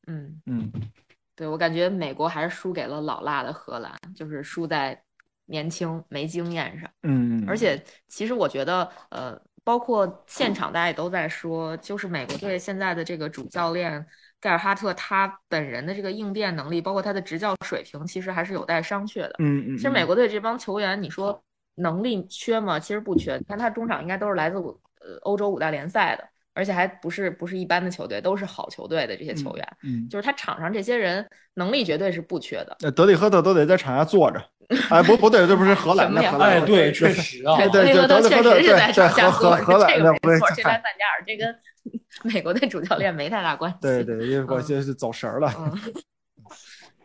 Speaker 1: 嗯，嗯，
Speaker 2: 嗯，
Speaker 1: 对我感觉美国还是输给了老辣的荷兰，就是输在年轻没经验上。
Speaker 2: 嗯，
Speaker 1: 而且其实我觉得，呃，包括现场大家也都在说，就是美国队现在的这个主教练盖尔哈特，他本人的这个应变能力，包括他的执教水平，其实还是有待商榷的。
Speaker 2: 嗯，嗯嗯，
Speaker 1: 其实美国队这帮球员，你说能力缺吗？其实不缺，你看他中场应该都是来自五呃欧洲五大联赛的，而且还不是不是一般的球队，都是好球队的这些球员，
Speaker 2: 嗯，
Speaker 1: 就是他场上这些人能力绝对是不缺的。
Speaker 2: 那德里赫特都得在场下坐 着。哎，不不对，这不是荷兰，
Speaker 1: 什么
Speaker 2: 那
Speaker 1: 呀
Speaker 2: 荷兰
Speaker 3: 哎，
Speaker 2: 的
Speaker 3: 对，确实啊，
Speaker 2: 对对
Speaker 1: 德
Speaker 2: 德
Speaker 1: 勒
Speaker 2: 里
Speaker 1: 确
Speaker 2: 赫特
Speaker 1: 实是
Speaker 2: 对
Speaker 1: 在
Speaker 2: 对
Speaker 1: 场下
Speaker 2: 荷
Speaker 1: 坐
Speaker 2: 荷
Speaker 1: 着，
Speaker 2: 荷兰
Speaker 1: 这个
Speaker 2: 的
Speaker 1: 没错，
Speaker 2: 对
Speaker 1: 这单单加尔这跟 美国队主教练没太大关系。
Speaker 2: 对对，因为我
Speaker 1: 嗯
Speaker 2: 就是走神儿了。
Speaker 1: 嗯，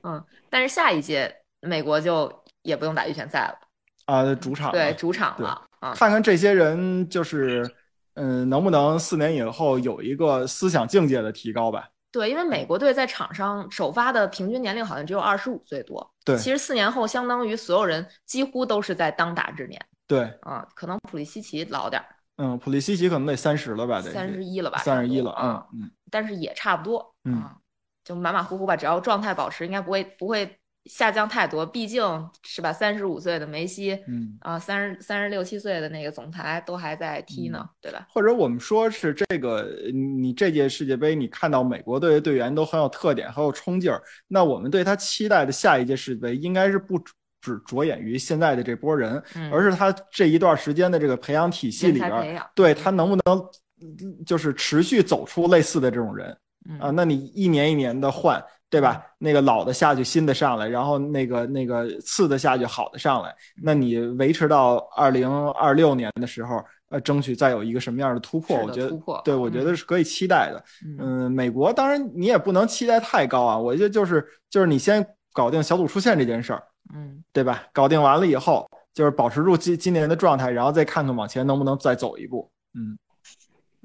Speaker 1: 嗯，但是下一届美国就也不用打预选赛了，
Speaker 2: 啊，主场
Speaker 1: 对，
Speaker 2: 了
Speaker 1: 主场了啊。
Speaker 2: 看看这些人就是，嗯，能不能四年以后有一个思想境界的提高吧？
Speaker 1: 对，因为美国队在场上首发的平均年龄好像只有二十五岁多，
Speaker 2: 对
Speaker 1: 其实四年后相当于所有人几乎都是在当打之年
Speaker 2: 对，
Speaker 1: 啊，可能普利西奇老点儿，
Speaker 2: 嗯，普利西奇可能得三十了吧？得
Speaker 1: 三十一了吧，
Speaker 2: 啊三十一了，
Speaker 1: 啊，
Speaker 2: 嗯嗯，
Speaker 1: 但是也差不多，
Speaker 2: 嗯
Speaker 1: 啊，就马马虎虎吧，只要状态保持，应该不会不会下降太多，毕竟是吧，三十五岁的梅西，
Speaker 2: 嗯
Speaker 1: 啊，三十三十六七岁的那个总裁都还在踢呢，对吧？
Speaker 2: 或者我们说是这个，呃你这届世界杯你看到美国队的队员都很有特点，很有冲劲儿，那我们对他期待的下一届世界杯应该是不只只着眼于现在的这波人，
Speaker 1: 嗯，
Speaker 2: 而是他这一段时间的这个培养体系
Speaker 1: 人
Speaker 2: 里
Speaker 1: 才
Speaker 2: 边
Speaker 1: 培
Speaker 2: 儿，
Speaker 1: 养，
Speaker 2: 对他能不能嗯就是持续走出类似的这种人。
Speaker 1: 嗯
Speaker 2: 啊，那你一年一年的换，对吧？那个老的下去，新的上来，然后那个那个次的下去，好的上
Speaker 1: 嗯
Speaker 2: 来，那你维持到二零二六年的时候，呃，争取再有一个什么样的突破？
Speaker 1: 是
Speaker 2: 我
Speaker 1: 的
Speaker 2: 觉得
Speaker 1: 突破
Speaker 2: 对，我觉得是可以期待的。
Speaker 1: 嗯
Speaker 2: 嗯，美国当然你也不能期待太高啊，我觉得就是就是你先搞定小组出线这件事儿，
Speaker 1: 嗯
Speaker 2: 对吧？搞定完了以后，就是保持住今今年的状态，然后再看看往前能不能再走一步。嗯，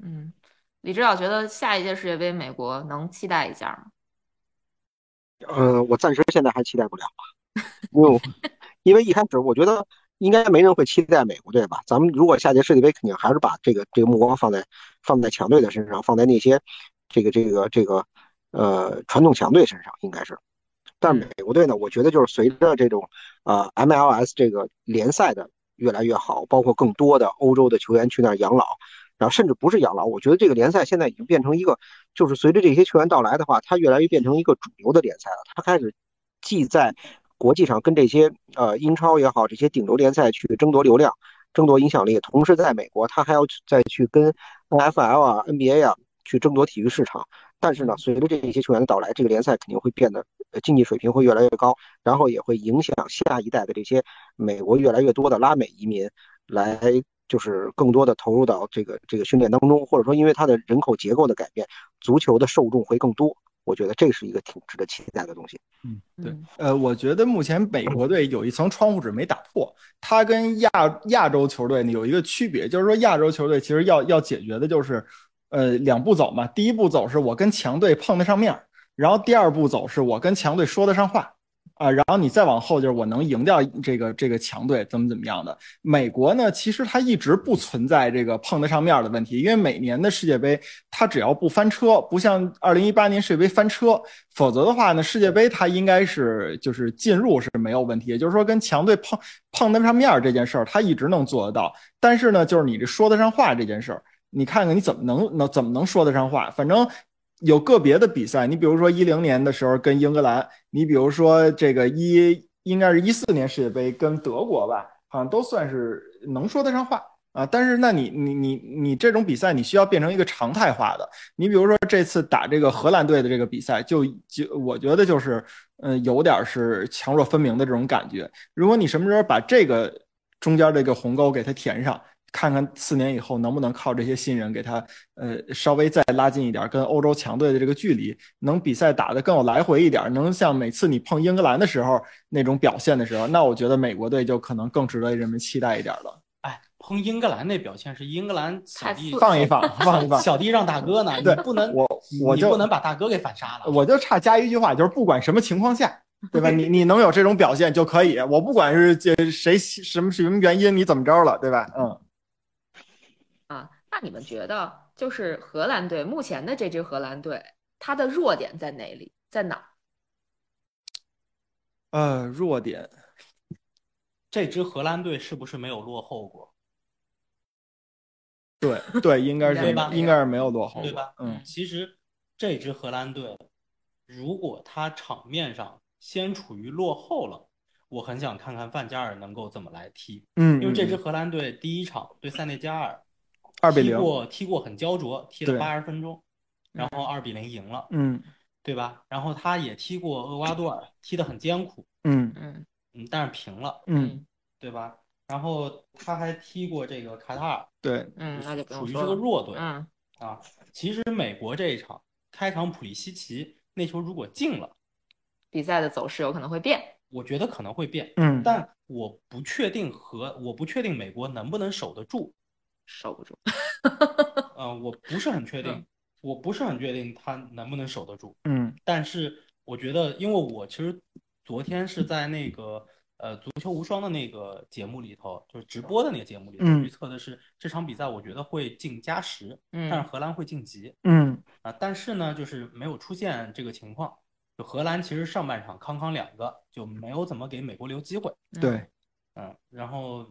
Speaker 1: 嗯，李指导觉得下一届世界杯美国能期待一下吗？
Speaker 4: 呃，我暂时现在还期待不了，因为我因为一开始我觉得应该没人会期待美国队吧。咱们如果下届世界杯，肯定还是把这个这个目光放在放在强队的身上，放在那些这个这个这个呃传统强队身上，应该是。但是
Speaker 1: 嗯
Speaker 4: 美国队呢，我觉得就是随着这种呃 MLS 这个联赛的越来越好，包括更多的欧洲的球员去那儿养老，然后甚至不是养老，我觉得这个联赛现在已经变成一个，就是随着这些球员到来的话，它越来越变成一个主流的联赛了。它开始既在国际上跟这些呃英超也好，这些顶流联赛去争夺流量、争夺影响力，同时在美国，它还要去再去跟 NFL 啊、NBA 啊去争夺体育市场。但是呢，随着这些球员的到来，这个联赛肯定会变得呃竞技水平会越来越高，然后也会影响下一代的这些美国越来越多的拉美移民来，就是更多的投入到这个这个训练当中，或者说因为它的人口结构的改变，足球的受众会更多，我觉得这是一个挺值得期待的东西。
Speaker 2: 嗯，对
Speaker 1: 嗯，
Speaker 2: 呃，我觉得目前美国队有一层窗户纸没打破，它跟亚亚洲球队呢有一个区别，就是说亚洲球队其实要要解决的就是，呃，两步走嘛，第一步走是我跟强队碰得上面儿，然后第二步走是我跟强队说得上话。啊，然后你再往后就是我能赢掉这个这个强队怎么怎么样的。美国呢，其实它一直不存在这个碰得上面儿的问题，因为每年的世界杯，它只要不翻车，不像二零一八年世界杯翻车，否则的话呢，世界杯它应该是就是进入是没有问题，也就是说跟强队碰碰得上面儿这件事儿，它一直能做得到。但是呢，就是你这说得上话这件事儿，你看看你怎么能能怎么能说得上话？反正有个别的比赛，你比如说一零年的时候跟英格兰，你比如说这个一应该是一四年世界杯跟德国吧，好像都算是能说得上话啊。但是那你你你你这种比赛，你需要变成一个常态化的。你比如说这次打这个荷兰队的这个比赛，就就我觉得就是嗯、呃有点是强弱分明的这种感觉。如果你什么时候把这个中间这个鸿沟给它填上，看看四年以后能不能靠这些新人给他呃稍微再拉近一点儿，跟欧洲强队的这个距离，能比赛打得更有来回一点儿，能像每次你碰英格兰的时候那种表现的时候，那我觉得美国队就可能更值得人们期待一点儿了。
Speaker 3: 哎，碰英格兰那表现是英格兰小
Speaker 1: 太
Speaker 3: 弟
Speaker 1: 次
Speaker 2: 放一放， 放一放，
Speaker 3: 小弟让大哥呢，你
Speaker 2: 对
Speaker 3: 不能
Speaker 2: 我我
Speaker 3: 你
Speaker 2: 就
Speaker 3: 不能把大哥给反杀了。
Speaker 2: 我就差加一句话，就是不管什么情况下，对 吧？你你能有这种表现就可以，我不管是这谁什么什么原因，你怎么着了，对吧？嗯。
Speaker 1: 啊，那你们觉得就是荷兰队目前的这支荷兰队，它的弱点在哪里？在哪儿？
Speaker 2: 呃，弱点，
Speaker 3: 这支荷兰队是不是没有落后过？
Speaker 2: 对对，应该是
Speaker 3: 对吧
Speaker 2: 应该是没有落后
Speaker 3: 对
Speaker 2: 过
Speaker 3: 吧
Speaker 2: 嗯，
Speaker 3: 其实这支荷兰队，如果他场面上先处于落后了，我很想看看范加尔能够怎么来踢，
Speaker 2: 嗯，
Speaker 3: 因为这
Speaker 2: 嗯
Speaker 3: 支荷兰队第一场对塞内加尔
Speaker 2: 二比
Speaker 3: 踢
Speaker 2: 零，
Speaker 3: 过踢过很焦灼，踢了
Speaker 2: 对
Speaker 3: 八十分钟，然后二比零赢了，
Speaker 2: 嗯
Speaker 3: 对吧？然后他也踢过厄瓜多尔，踢得很艰苦，
Speaker 2: 嗯
Speaker 1: 嗯
Speaker 3: 嗯，但是平了，
Speaker 2: 嗯，
Speaker 3: 对吧？然后他还踢过这个卡塔尔，
Speaker 2: 对，
Speaker 1: 嗯，那就不
Speaker 3: 属
Speaker 1: 用
Speaker 3: 于
Speaker 1: 说
Speaker 3: 是个
Speaker 1: 了。
Speaker 3: 弱队，
Speaker 1: 嗯，
Speaker 3: 啊，其实美国这一场开场，普利西奇那球如果进了，
Speaker 1: 比赛的走势有可能会变。
Speaker 3: 我觉得可能会变，
Speaker 2: 嗯，
Speaker 3: 但我不确定和我不确定美国能不能守得住。
Speaker 1: 守不住，
Speaker 3: 嗯、我不是很确定，我不是很确定他能不能守得住。
Speaker 2: 嗯
Speaker 3: 但是我觉得，因为我其实昨天是在那个呃《足球无双》的那个节目里头，就是直播的那个节目里头
Speaker 2: 嗯
Speaker 3: 预测的是这场比赛，我觉得会进加时，但是
Speaker 1: 嗯
Speaker 3: 荷兰会晋级。
Speaker 2: 嗯
Speaker 3: 啊，但是呢，就是没有出现这个情况。就荷兰其实上半场康康两个就没有怎么给美国留机会，
Speaker 2: 对，
Speaker 3: 嗯，然后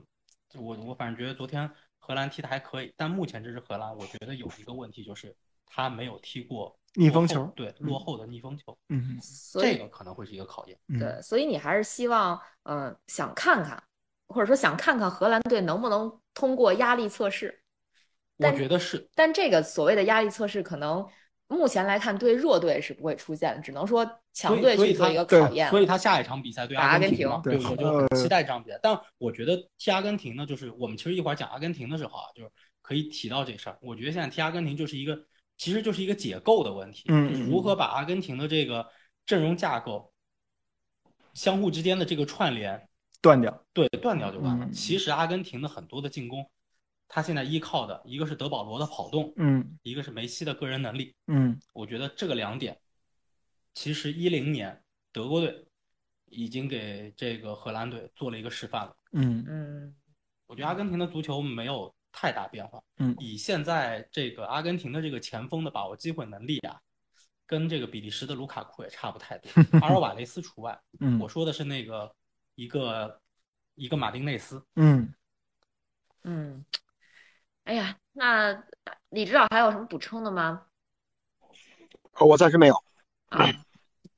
Speaker 3: 就我我反正觉得昨天荷兰踢的还可以，但目前这支荷兰，我觉得有一个问题就是他没有踢过
Speaker 2: 逆
Speaker 3: 落
Speaker 2: 风
Speaker 3: 后
Speaker 2: 球
Speaker 3: 对落后的逆风球，
Speaker 2: 嗯
Speaker 1: 所
Speaker 3: 这
Speaker 1: 以
Speaker 3: 个可能会是一个考验。
Speaker 2: 嗯
Speaker 1: 对，所以你还是希望，嗯、想看看，或者说想看看荷兰队能不能通过压力测试。
Speaker 3: 我
Speaker 1: 但
Speaker 3: 觉得是
Speaker 1: 但这个所谓的压力测试，可能目前来看对弱队是不会出现的，只能说强队
Speaker 3: 所以
Speaker 1: 去做一个
Speaker 3: 所以
Speaker 1: 考验。
Speaker 3: 所以他下一场比赛对
Speaker 1: 打
Speaker 3: 阿
Speaker 1: 阿根
Speaker 3: 廷嘛，
Speaker 2: 廷
Speaker 3: 对，
Speaker 2: 对
Speaker 3: 我就很期待这场比赛。但我觉得踢阿根廷呢，就是我们其实一会儿讲阿根廷的时候啊，就是可以提到这事儿。我觉得现在踢阿根廷就是一个，其实就是一个解构的问题，
Speaker 2: 嗯
Speaker 3: 就是如何把阿根廷的这个阵容架构相互之间的这个串联，
Speaker 2: 断掉，
Speaker 3: 对，断掉就完了。
Speaker 2: 嗯
Speaker 3: 其实阿根廷的很多的进攻，他现在依靠的一个是德保罗的跑动，
Speaker 2: 嗯
Speaker 3: 一个是梅西的个人能力。
Speaker 2: 嗯
Speaker 3: 我觉得这个两点，其实一零年德国队已经给这个荷兰队做了一个示范了。
Speaker 2: 嗯
Speaker 1: 嗯，
Speaker 3: 我觉得阿根廷的足球没有太大变化，
Speaker 2: 嗯
Speaker 3: 以现在这个阿根廷的这个前锋的把握机会能力啊，跟这个比利时的卢卡库也差不太多， 阿尔瓦雷斯除外。
Speaker 2: 嗯
Speaker 3: 我说的是那个一个一个马丁内斯，
Speaker 2: 嗯，
Speaker 1: 嗯，哎呀，那李指导还有什么补充的吗？
Speaker 4: 哦我暂时没有。
Speaker 1: 啊，
Speaker 3: 嗯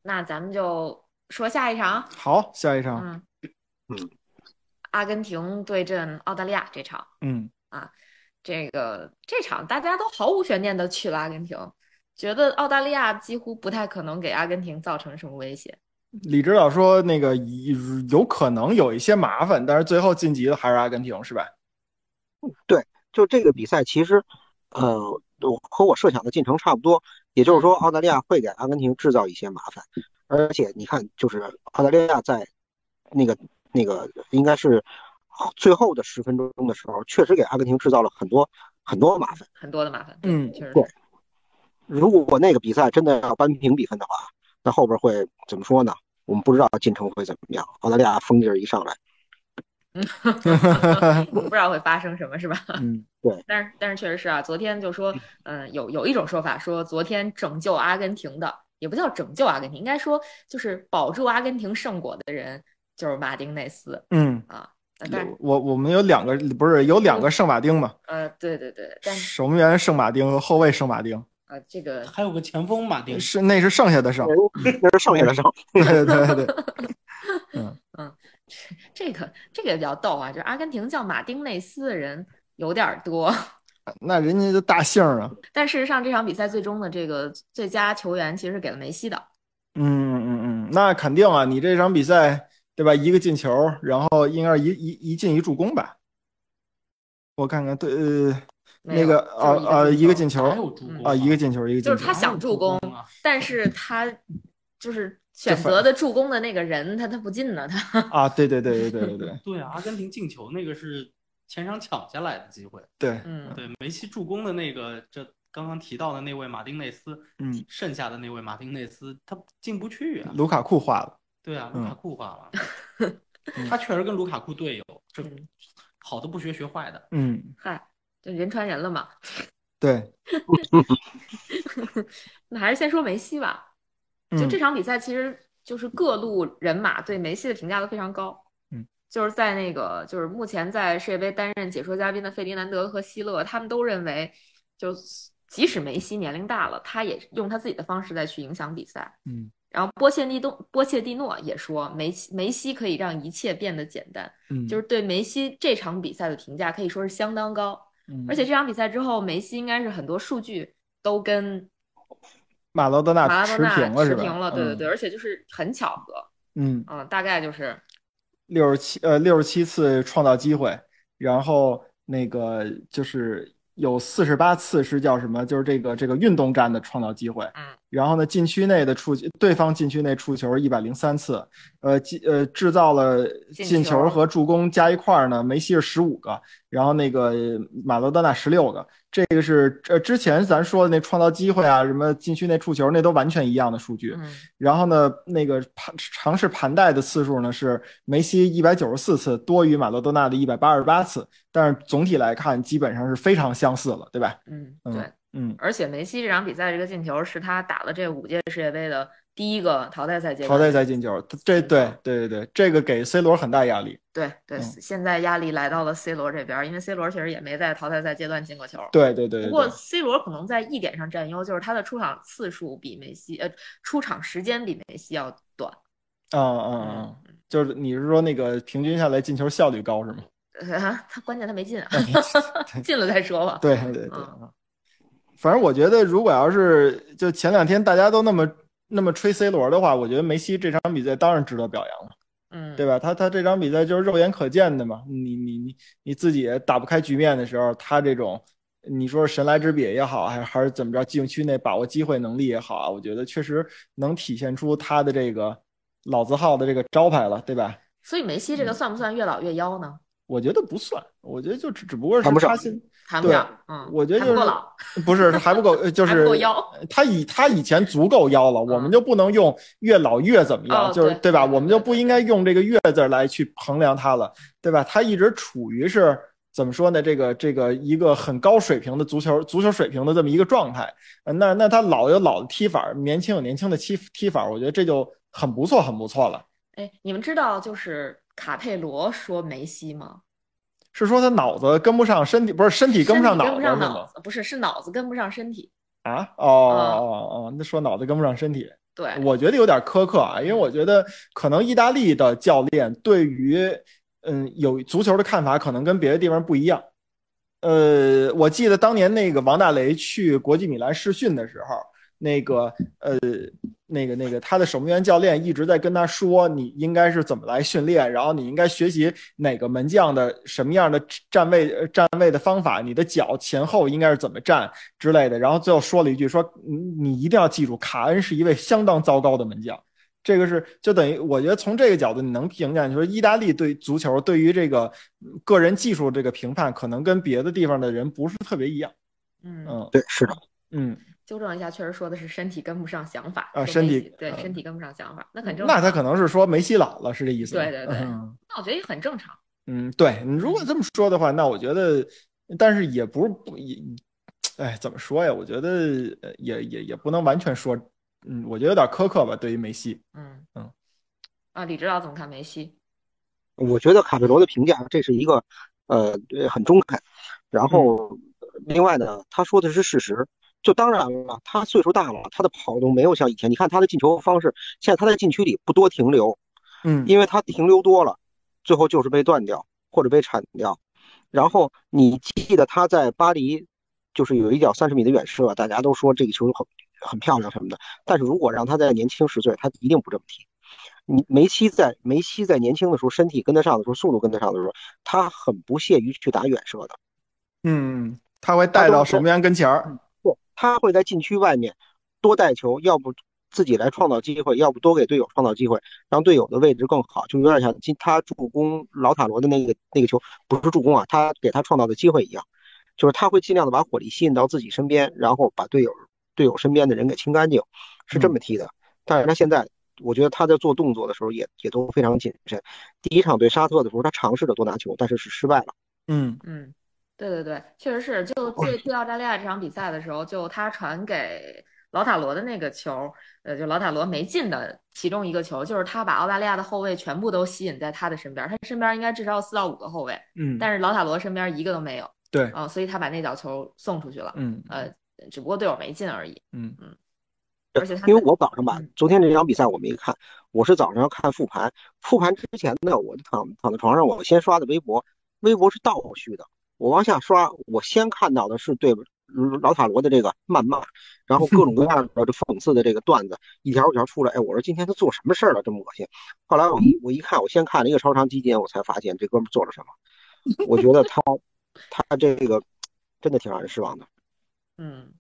Speaker 1: 那咱们就说下一场，
Speaker 2: 好，下一场，
Speaker 1: 嗯
Speaker 4: 嗯，
Speaker 1: 阿根廷对阵澳大利亚这场，
Speaker 2: 嗯
Speaker 1: 这个这场大家都毫无悬念的去了阿根廷，觉得澳大利亚几乎不太可能给阿根廷造成什么威胁。
Speaker 2: 李指导说那个以有可能有一些麻烦，但是最后晋级的还是阿根廷，是 吧？
Speaker 4: 就这个比赛，其实，呃，我和我设想的进程差不多。也就是说，澳大利亚会给阿根廷制造一些麻烦，而且你看，就是澳大利亚在那个那个应该是最后的十分钟的时候，确实给阿根廷制造了很多很多麻烦。
Speaker 1: 很多的麻烦，
Speaker 2: 嗯
Speaker 1: 确实
Speaker 4: 对如果那个比赛真的要扳平比分的话，那后边会怎么说呢？我们不知道进程会怎么样。澳大利亚风劲儿一上来，
Speaker 1: 是，不知道会发生什么，是吧？
Speaker 2: 嗯，
Speaker 1: 但是但是确实是啊，昨天就说，嗯、有有一种说法说，呃昨天拯救阿根廷的也不叫拯救阿根廷，应该说就是保住阿根廷胜果的人就是马丁内斯
Speaker 2: 嗯，
Speaker 1: 啊。但但
Speaker 2: 我我们有两个不是有两个圣马丁嘛，
Speaker 1: 呃，对对对，但是
Speaker 2: 守门员圣马丁和后卫圣马丁，
Speaker 1: 呃，这个
Speaker 3: 还有个前锋马丁，
Speaker 2: 是那是剩下的
Speaker 4: 哦
Speaker 2: 圣，
Speaker 4: 那是剩下的剩。
Speaker 2: 对对对，
Speaker 1: 这个这个也比较逗啊，就是阿根廷叫马丁内斯的人有点儿多，
Speaker 2: 那人家就大姓儿 啊，
Speaker 1: 但事实上这场比赛最终的这个最佳球员其实给了梅西的，
Speaker 2: 嗯嗯嗯，那肯定啊，你这场比赛对吧？一个进球，然后应该是一一一进一助攻吧？我看看，对，呃，
Speaker 1: 没有
Speaker 2: 那
Speaker 1: 就
Speaker 2: 个
Speaker 1: 是
Speaker 2: 呃呃一个进球
Speaker 3: 还有助攻
Speaker 2: 啊，一个进球，一个进
Speaker 1: 就
Speaker 2: 球，
Speaker 1: 是他想助攻
Speaker 3: 哪有助攻啊
Speaker 1: 但是他 就是选
Speaker 2: 反
Speaker 1: 择的助攻的那个人，他他不进呢，他
Speaker 2: 啊，对对对对对对对
Speaker 3: 对啊，阿根廷进球那个是前场抢下来的机会，
Speaker 2: 对，
Speaker 1: 嗯，
Speaker 3: 对梅西助攻的那个，这刚刚提到的那位马丁内斯，
Speaker 2: 嗯，
Speaker 3: 剩下的那位马丁内斯他进不去啊，
Speaker 2: 卢卡库化了，
Speaker 3: 对啊，
Speaker 2: 嗯
Speaker 3: 卢卡库 化了，他确实跟卢卡库队友，这
Speaker 1: 嗯
Speaker 3: 好的不学学坏的，
Speaker 2: 嗯，
Speaker 1: 嗨，就人传人了嘛。
Speaker 2: 对，
Speaker 1: 那还是先说梅西吧。就
Speaker 2: 嗯
Speaker 1: 这场比赛，其实就是各路人马对梅西的评价都非常高。
Speaker 2: 嗯，
Speaker 1: 就是在那个，就是目前在世界杯担任解说嘉宾的费迪南德和希勒，他们都认为，就即使梅西年龄大了，他也用他自己的方式再去影响比赛。
Speaker 2: 嗯
Speaker 1: 然后波切蒂诺波切蒂诺也说，梅西梅西可以让一切变得简单，
Speaker 2: 嗯，
Speaker 1: 就是对梅西这场比赛的评价可以说是相当高。
Speaker 2: 嗯
Speaker 1: 而且这场比赛之后，梅西应该是很多数据都跟
Speaker 2: 马劳多
Speaker 1: 马拉
Speaker 2: 纳
Speaker 1: 多
Speaker 2: 啊持
Speaker 1: 纳
Speaker 2: 平了是吧？
Speaker 1: 平了，对对对，
Speaker 2: 嗯，
Speaker 1: 而且就是很巧合，
Speaker 2: 嗯，
Speaker 1: 嗯，大概就是
Speaker 2: 六十七呃六十七次创造机会，然后那个就是有四十八次是叫什么？就是这个这个运动战的创造机会。
Speaker 1: 嗯，
Speaker 2: 然后呢，禁区内的触对方禁区内触球一百零三次，呃进呃制造了
Speaker 1: 进
Speaker 2: 进球
Speaker 1: 球
Speaker 2: 和助攻加一块儿呢，梅西是十五个，然后那个马罗多纳十六个。这个是呃之前咱说的那创造机会啊，什么禁区内触球那都完全一样的数据。
Speaker 1: 嗯
Speaker 2: 然后呢，那个盘尝试盘带的次数呢是梅西一百九十四次，多于马拉多纳的一百八十八次，但是总体来看基本上是非常相似了，对吧？
Speaker 1: 嗯
Speaker 2: 嗯
Speaker 1: 对，
Speaker 2: 嗯，
Speaker 1: 而且梅西这场比赛这个进球是他打了这五届世界杯的第一个淘汰赛阶
Speaker 2: 淘
Speaker 1: 段，
Speaker 2: 汰赛进球，这
Speaker 1: 嗯
Speaker 2: 对对对对，这个给 C 罗很大压力。
Speaker 1: 对对，
Speaker 2: 嗯
Speaker 1: 现在压力来到了 C 罗这边，因为 C 罗确实也没在淘汰赛阶段进过球，
Speaker 2: 对对对
Speaker 1: 不
Speaker 2: 对
Speaker 1: 过
Speaker 2: 对，
Speaker 1: C 罗可能在一点上占优，就是他的出场次数比梅西，呃，出场时间比梅西要短。
Speaker 2: 啊啊啊，嗯就是你是说那个平均下来进球效率 高是吗？
Speaker 1: 呃他关键他没进啊， 进了再说吧。
Speaker 2: 嗯对对对，嗯反正我觉得，如果要是就前两天大家都那么那么吹 C 罗的话，我觉得梅西这场比赛当然值得表扬了。
Speaker 1: 嗯，
Speaker 2: 对吧？他他这场比赛就是肉眼可见的嘛，你你你你自己打不开局面的时候，他这种你说是神来之笔也好，还还是怎么着，禁区内把握机会能力也好啊，我觉得确实能体现出他的这个老字号的这个招牌了，对吧？
Speaker 1: 所以梅西这
Speaker 2: 嗯
Speaker 1: 个算不算越老越妖呢？
Speaker 2: 我觉得不算，我觉得就只只不过是
Speaker 4: 谈不上
Speaker 2: 他现，
Speaker 1: 谈不
Speaker 2: 对
Speaker 1: 上，嗯，
Speaker 2: 我觉得
Speaker 1: 还
Speaker 2: 就
Speaker 1: 不够
Speaker 2: 是
Speaker 1: 老，
Speaker 2: 不是还不够，呃就
Speaker 1: 还不
Speaker 2: 是
Speaker 1: 够妖。
Speaker 2: 他以他以前足够妖了，我们就不能用越老越怎么样，
Speaker 1: 哦
Speaker 2: 就是
Speaker 1: 对
Speaker 2: 对吧？
Speaker 1: 对对
Speaker 2: 我们就不应该用这个“越”字儿来去衡量他了，对吧？他一直处于是怎么说呢？这个这个一个很高水平的足球足球水平的这么一个状态，呃那那他老有老的踢法，年轻有年轻的踢踢法，我觉得这就很不错，很不错了。
Speaker 1: 哎，你们知道就是卡佩罗说梅西吗？
Speaker 2: 是说他脑子跟不上身体，不是身体跟不上
Speaker 1: 身体
Speaker 2: 脑
Speaker 1: 跟
Speaker 2: 子
Speaker 1: 不
Speaker 2: 是
Speaker 1: 上
Speaker 2: 吗
Speaker 1: 脑？子，不嗯是，是脑子跟不上身体。
Speaker 2: 啊，哦哦哦，那说脑子跟不上身体。
Speaker 1: 对，
Speaker 2: 我觉得有点苛刻啊，因为我觉得可能意大利的教练对于嗯有足球的看法可能跟别的地方不一样。呃，我记得当年那个王大雷去国际米兰试训的时候，那个呃那个那个他的守门员教练一直在跟他说，你应该是怎么来训练，然后你应该学习哪个门将的什么样的站位呃站位的方法，你的脚前后应该是怎么站之类的。然后最后说了一句说，你你一定要记住，卡恩是一位相当糟糕的门将。这个是就等于，我觉得从这个角度，你能评价，就是意大利对足球对于这个个人技术这个评判，可能跟别的地方的人不是特别一样。
Speaker 1: 嗯，
Speaker 2: 嗯
Speaker 4: 对，是的，
Speaker 2: 嗯，
Speaker 1: 纠正一下，确实说的是身体跟不上想法
Speaker 2: 啊
Speaker 1: 说
Speaker 2: 身
Speaker 1: 梅
Speaker 2: 体
Speaker 1: 西对
Speaker 2: 啊
Speaker 1: 身体跟不上想法，那很正常。
Speaker 2: 那他可能是说梅西老了，是这意思吗？
Speaker 1: 对对对
Speaker 2: 嗯
Speaker 1: 那我觉得也很正常。
Speaker 2: 嗯，对你如果这么说的话，那我觉得，但是也不是不也，哎，怎么说呀？我觉得呃也也也不能完全说，嗯，我觉得有点苛刻吧，对于梅西。
Speaker 1: 嗯
Speaker 2: 嗯，
Speaker 1: 啊，李指导怎么看梅西？
Speaker 4: 我觉得卡佩罗的评价这是一个呃呃很中肯。然后另外呢，他说的是事实。就当然了，他岁数大了，他的跑动没有像以前。你看他的进球方式，现在他在禁区里不多停留，
Speaker 2: 嗯
Speaker 4: 因为他停留多了，最后就是被断掉或者被铲掉。然后你记得他在巴黎，就是有一脚三十米的远射，大家都说这个球很很漂亮什么的。但是如果让他在年轻十岁，他一定不这么踢。你梅西在梅西在年轻的时候，身体跟得上的时候，速度跟得上的时候，他很不屑于去打远射的。
Speaker 2: 嗯，他会带到守门员跟前儿。
Speaker 4: 不，他会在禁区外面多带球，要不自己来创造机会，要不多给队友创造机会，让队友的位置更好，就有点像今他助攻老塔罗的那个那个球，不是助攻啊，他给他创造的机会一样，就是他会尽量的把火力吸引到自己身边，然后把队友队友身边的人给清干净，是这么踢的。但是他现在。我觉得他在做动作的时候也也都非常谨慎。第一场对沙特的时候，他尝试着多拿球，但是是失败了。
Speaker 2: 嗯
Speaker 1: 嗯，对对对，确实是。就对对澳大利亚这场比赛的时候，就他传给老塔罗的那个球，呃，就老塔罗没进的其中一个球，就是他把澳大利亚的后卫全部都吸引在他的身边，他身边应该至少有四到五个后卫，
Speaker 2: 嗯，
Speaker 1: 但是老塔罗身边一个都没有
Speaker 2: 对，
Speaker 1: 啊、所以他把那脚球送出去了，
Speaker 2: 嗯
Speaker 1: 呃，只不过队友没进而已。
Speaker 2: 嗯
Speaker 1: 而且他
Speaker 4: 因为
Speaker 1: 在
Speaker 4: 我早上吧
Speaker 1: 嗯，
Speaker 4: 昨天这场比赛我没看，我是早上要看复盘。复盘之前呢，我就躺躺在床上，我先刷的微博，微博是倒叙的。我往下刷，我先看到的是对老塔罗的这个谩骂，然后各种各样的这讽刺的这个段子，一条一条出来。哎，我说今天他做什么事儿了，这么恶心？后来我一我一看，我先看了一个超长集锦，我才发现这哥们儿做了什么。我觉得他他这个真的挺让人失 望的。
Speaker 1: 嗯，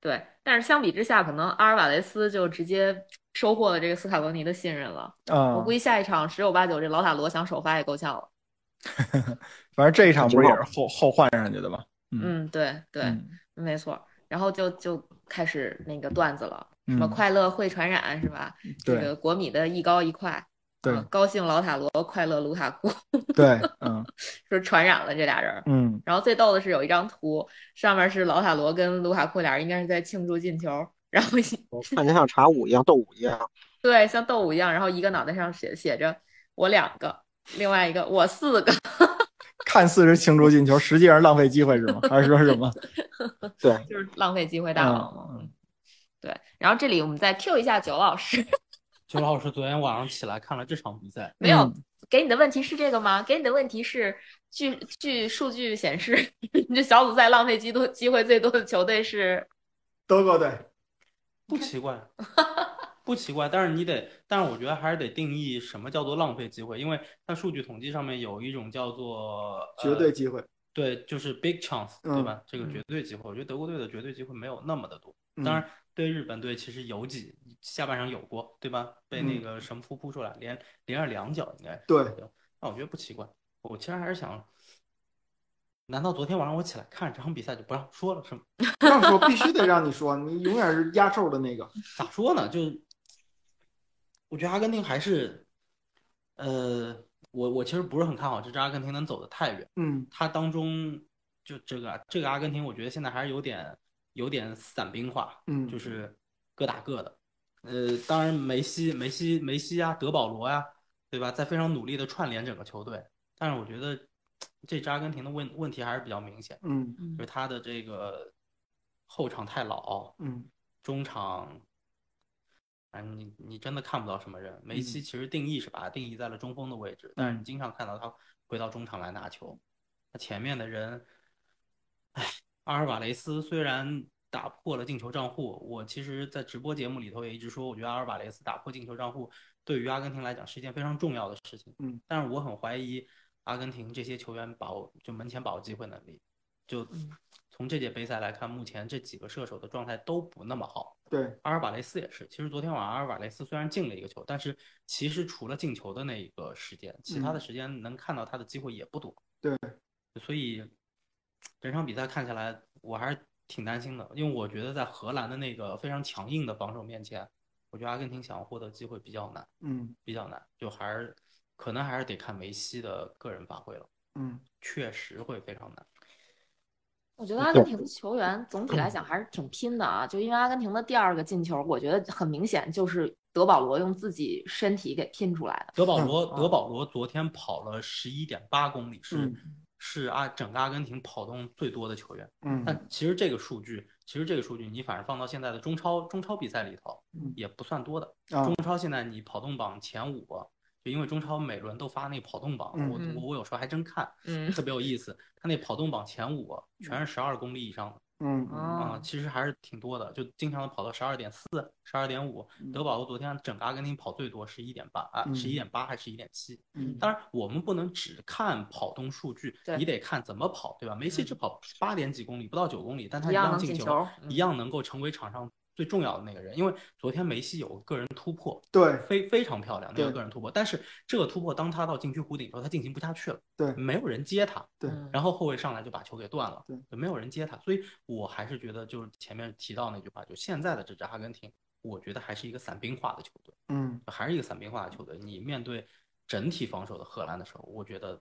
Speaker 1: 对。但是相比之下，可能阿尔瓦雷斯就直接收获了这个斯卡罗尼的信任了。我
Speaker 2: 啊
Speaker 1: 估，计下一场十有八九这老塔罗想首发也够呛了。
Speaker 2: 反正这一场不是也是后后换上去的吗？嗯
Speaker 1: 嗯，对对，
Speaker 2: 嗯
Speaker 1: 没错。然后就就开始那个段子了，什么
Speaker 2: 嗯，
Speaker 1: 快乐会传染是吧？这
Speaker 2: 对
Speaker 1: 个国米的一高一快，
Speaker 2: 对
Speaker 1: 嗯高兴老塔罗，快乐卢卡库，
Speaker 2: 对，嗯
Speaker 1: 说传染了这俩人儿。
Speaker 2: 嗯
Speaker 1: 然后最逗的是有一张图，上面是老塔罗跟卢卡库俩人应该是在庆祝进球，然后一
Speaker 4: 我看着像查武一样，斗武一样。
Speaker 1: 对，像斗舞一样，然后一个脑袋上写写着我两个，另外一个我四个，
Speaker 2: 看似是庆祝进球，实际上是浪费机会是吗？还是说什么？
Speaker 4: 对，
Speaker 1: 就是浪费机会大王嘛。嗯对，然后这里我们再 Q 一下九老师，
Speaker 3: 九老师昨天晚上起来看了这场比赛，
Speaker 1: 没
Speaker 2: 嗯
Speaker 1: 有给你的问题是这个吗？给你的问题是，据据数据显示， 你这小组赛浪费机多机会最多的球队是，
Speaker 2: 德国队，
Speaker 3: 不 奇怪，不奇怪。但是你得，但是我觉得还是得定义什么叫做浪费机会，因为它数据统计上面有一种叫做、呃、
Speaker 2: 绝对机会，
Speaker 3: 对，就是 big chance，
Speaker 2: 嗯
Speaker 3: 对吧？这个
Speaker 1: 嗯
Speaker 3: 绝对机会，我觉得德国队的绝对机会没有那么的多。
Speaker 2: 嗯
Speaker 3: 当然，对日本队其实有几下半场有过，对吧？被那
Speaker 2: 嗯
Speaker 3: 个神扑扑出来，连连着两脚应该是
Speaker 2: 对
Speaker 3: 有。那我觉得不奇怪，我其实还是想，难道昨天晚上我起来看这场比赛就不让说了是吗？
Speaker 2: 让说必须得让你说，你永远是压轴的那个。
Speaker 3: 咋说呢？就我觉得阿根廷还是，呃，我我其实不是很看好这支阿根廷能走得太远。
Speaker 2: 嗯
Speaker 3: 他当中就这个这个阿根廷，我觉得现在还是有点有点散兵化，
Speaker 2: 嗯，
Speaker 3: 就是各打各的。呃，当然梅西、梅西、梅西啊，德保罗呀、对吧？在非常努力的串联整个球队，但是我觉得这支阿根廷的问问题还是比较明显，
Speaker 2: 嗯
Speaker 3: 就是他的这个后场太老，
Speaker 2: 嗯
Speaker 3: 中场，啊，你你真的看不到什么人。梅
Speaker 2: 嗯
Speaker 3: 西其实定义是把他定义在了中锋的位置，但是你经常看到他回到中场来拿球。他前面的人，哎，阿尔瓦雷斯虽然打破了进球账户。我其实，在直播节目里头也一直说，我觉得阿尔瓦雷斯打破进球账户对于阿根廷来讲是一件非常重要的事情。
Speaker 2: 嗯，
Speaker 3: 但是我很怀疑阿根廷这些球员把握就门前把握机会能力。就
Speaker 1: 嗯
Speaker 3: 从这届杯赛来看，目前这几个射手的状态都不那么好。
Speaker 2: 对，
Speaker 3: 阿尔瓦雷斯也是。其实昨天晚上阿尔瓦雷斯虽然进了一个球，但是其实除了进球的那一个时间，其他的时间能看到他的机会也不多。
Speaker 2: 对，
Speaker 3: 所以整场比赛看下来，我还是挺担心的，因为我觉得在荷兰的那个非常强硬的防守面前，我觉得阿根廷想要获得机会比较难，
Speaker 2: 嗯
Speaker 3: 比较难，就还是可能还是得看梅西的个人发挥了，
Speaker 2: 嗯，
Speaker 3: 确实会非常难。
Speaker 1: 我觉得阿根廷的球员总体来讲还是挺拼的啊，就因为阿根廷的第二个进球，我觉得很明显就是德保罗用自己身体给拼出来的。
Speaker 3: 德保罗，
Speaker 1: 嗯
Speaker 3: 德保罗昨天跑了十一点八公里，是
Speaker 2: 嗯
Speaker 3: 是阿整个阿根廷跑动最多的球员。
Speaker 2: 嗯
Speaker 3: 但其实这个数据，其实这个数据你反而放到现在的中超中超比赛里头
Speaker 2: 嗯，
Speaker 3: 也不算多的。
Speaker 2: 啊
Speaker 3: 中超现在你跑动榜前五，就因为中超每轮都发那跑动榜，
Speaker 2: 嗯
Speaker 3: 我我我有时候还真看，
Speaker 1: 嗯
Speaker 3: 特别有意思。他那跑动榜前五全是十二公里以上的
Speaker 2: 嗯嗯
Speaker 3: 啊、
Speaker 1: 哦，
Speaker 3: 其实还是挺多的，就经常跑到十二点四、十二点五。德保罗昨天整个阿根廷跑最多十一点八，啊，
Speaker 2: 嗯
Speaker 3: 十一点八还是11.7？点七？
Speaker 2: 嗯
Speaker 3: 当然，我们不能只看跑动数据
Speaker 1: 对，嗯
Speaker 3: 你得看怎么跑，对吧？梅西只跑八点几公里，不到九公里，但他
Speaker 1: 一样能
Speaker 3: 进
Speaker 1: 进球嗯
Speaker 3: 一样能够成为场上最重要的那个人。因为昨天梅西有个个人突破，
Speaker 2: 对
Speaker 3: 非非常漂亮那个
Speaker 2: 对
Speaker 3: 个人突破，但是这个突破当他到禁区弧顶的时候，他进行不下去了，
Speaker 2: 对
Speaker 3: 没有人接他，
Speaker 2: 对
Speaker 1: 嗯
Speaker 3: 然后后卫上来就把球给断了，
Speaker 2: 对，
Speaker 3: 没有人接他，所以我还是觉得就是前面提到那句话，就现在的这支阿根廷，我觉得还是一个散兵化的球队，
Speaker 2: 嗯
Speaker 3: 还是一个散兵化的球队。你面对整体防守的荷兰的时候，我觉得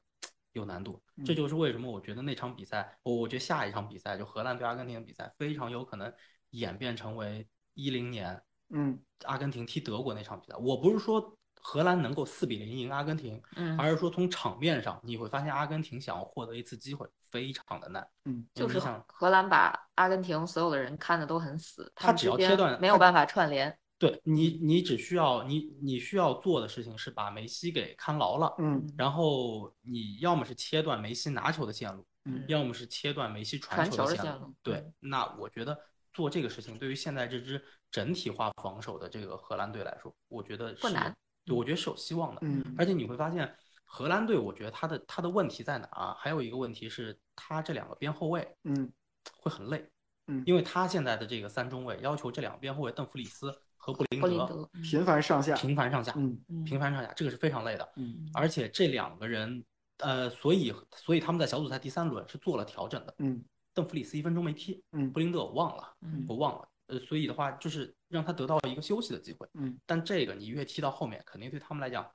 Speaker 3: 有难度，这
Speaker 2: 嗯
Speaker 3: 就是为什么我觉得那场比赛，我我觉得下一场比赛就荷兰对阿根廷的比赛，非常有可能演变成为一零年
Speaker 2: 嗯
Speaker 3: 阿根廷踢德国那场比赛，我不是说荷兰能够四比零赢阿根廷，
Speaker 1: 嗯，
Speaker 3: 而是说从场面上你会发现阿根廷想要获得一次机会非常的难。
Speaker 2: 嗯，
Speaker 1: 就是
Speaker 3: 你想，
Speaker 1: 荷兰把阿根廷所有的人看的都很死，
Speaker 3: 他
Speaker 1: 们
Speaker 3: 只
Speaker 1: 之
Speaker 3: 要
Speaker 1: 间
Speaker 3: 切断
Speaker 1: 没有
Speaker 3: 他
Speaker 1: 办法串联。
Speaker 3: 对你，你只需要你你需要做的事情是把梅西给看牢了，
Speaker 2: 嗯
Speaker 3: 然后你要么是切断梅西拿球的线路，
Speaker 2: 嗯
Speaker 3: 要么是切断梅西
Speaker 1: 传
Speaker 3: 传
Speaker 1: 球
Speaker 3: 球
Speaker 1: 的
Speaker 3: 线
Speaker 1: 线
Speaker 3: 路。
Speaker 1: 路，嗯
Speaker 3: 对，那我觉得做这个事情对于现在这支整体化防守的这个荷兰队来说，我觉得
Speaker 1: 不
Speaker 3: 是
Speaker 1: 难，
Speaker 3: 对，我觉得是有希望的。
Speaker 2: 嗯
Speaker 3: 而且你会发现，荷兰队，我觉得他的他的问题在哪啊？还有一个问题是，他这两个边后卫
Speaker 2: 嗯
Speaker 3: 会很累，
Speaker 2: 嗯
Speaker 3: 因为他现在的这个三中卫要求这两个边后卫邓弗里斯和布林
Speaker 1: 布林
Speaker 3: 德
Speaker 1: 德，嗯
Speaker 2: 频繁上下，
Speaker 3: 频繁上下，
Speaker 2: 嗯
Speaker 1: 嗯
Speaker 3: 频繁上下，这个是非常累的。
Speaker 2: 嗯
Speaker 3: 而且这两个人，呃，所以所以他们在小组赛第三轮是做了调整的。
Speaker 2: 嗯
Speaker 3: 邓弗里斯一分钟没踢，
Speaker 2: 嗯
Speaker 3: 布林德我忘了，
Speaker 1: 嗯
Speaker 3: 我忘了。呃，所以的话就是让他得到一个休息的机会，
Speaker 2: 嗯，
Speaker 3: 但这个你越踢到后面，肯定对他们来讲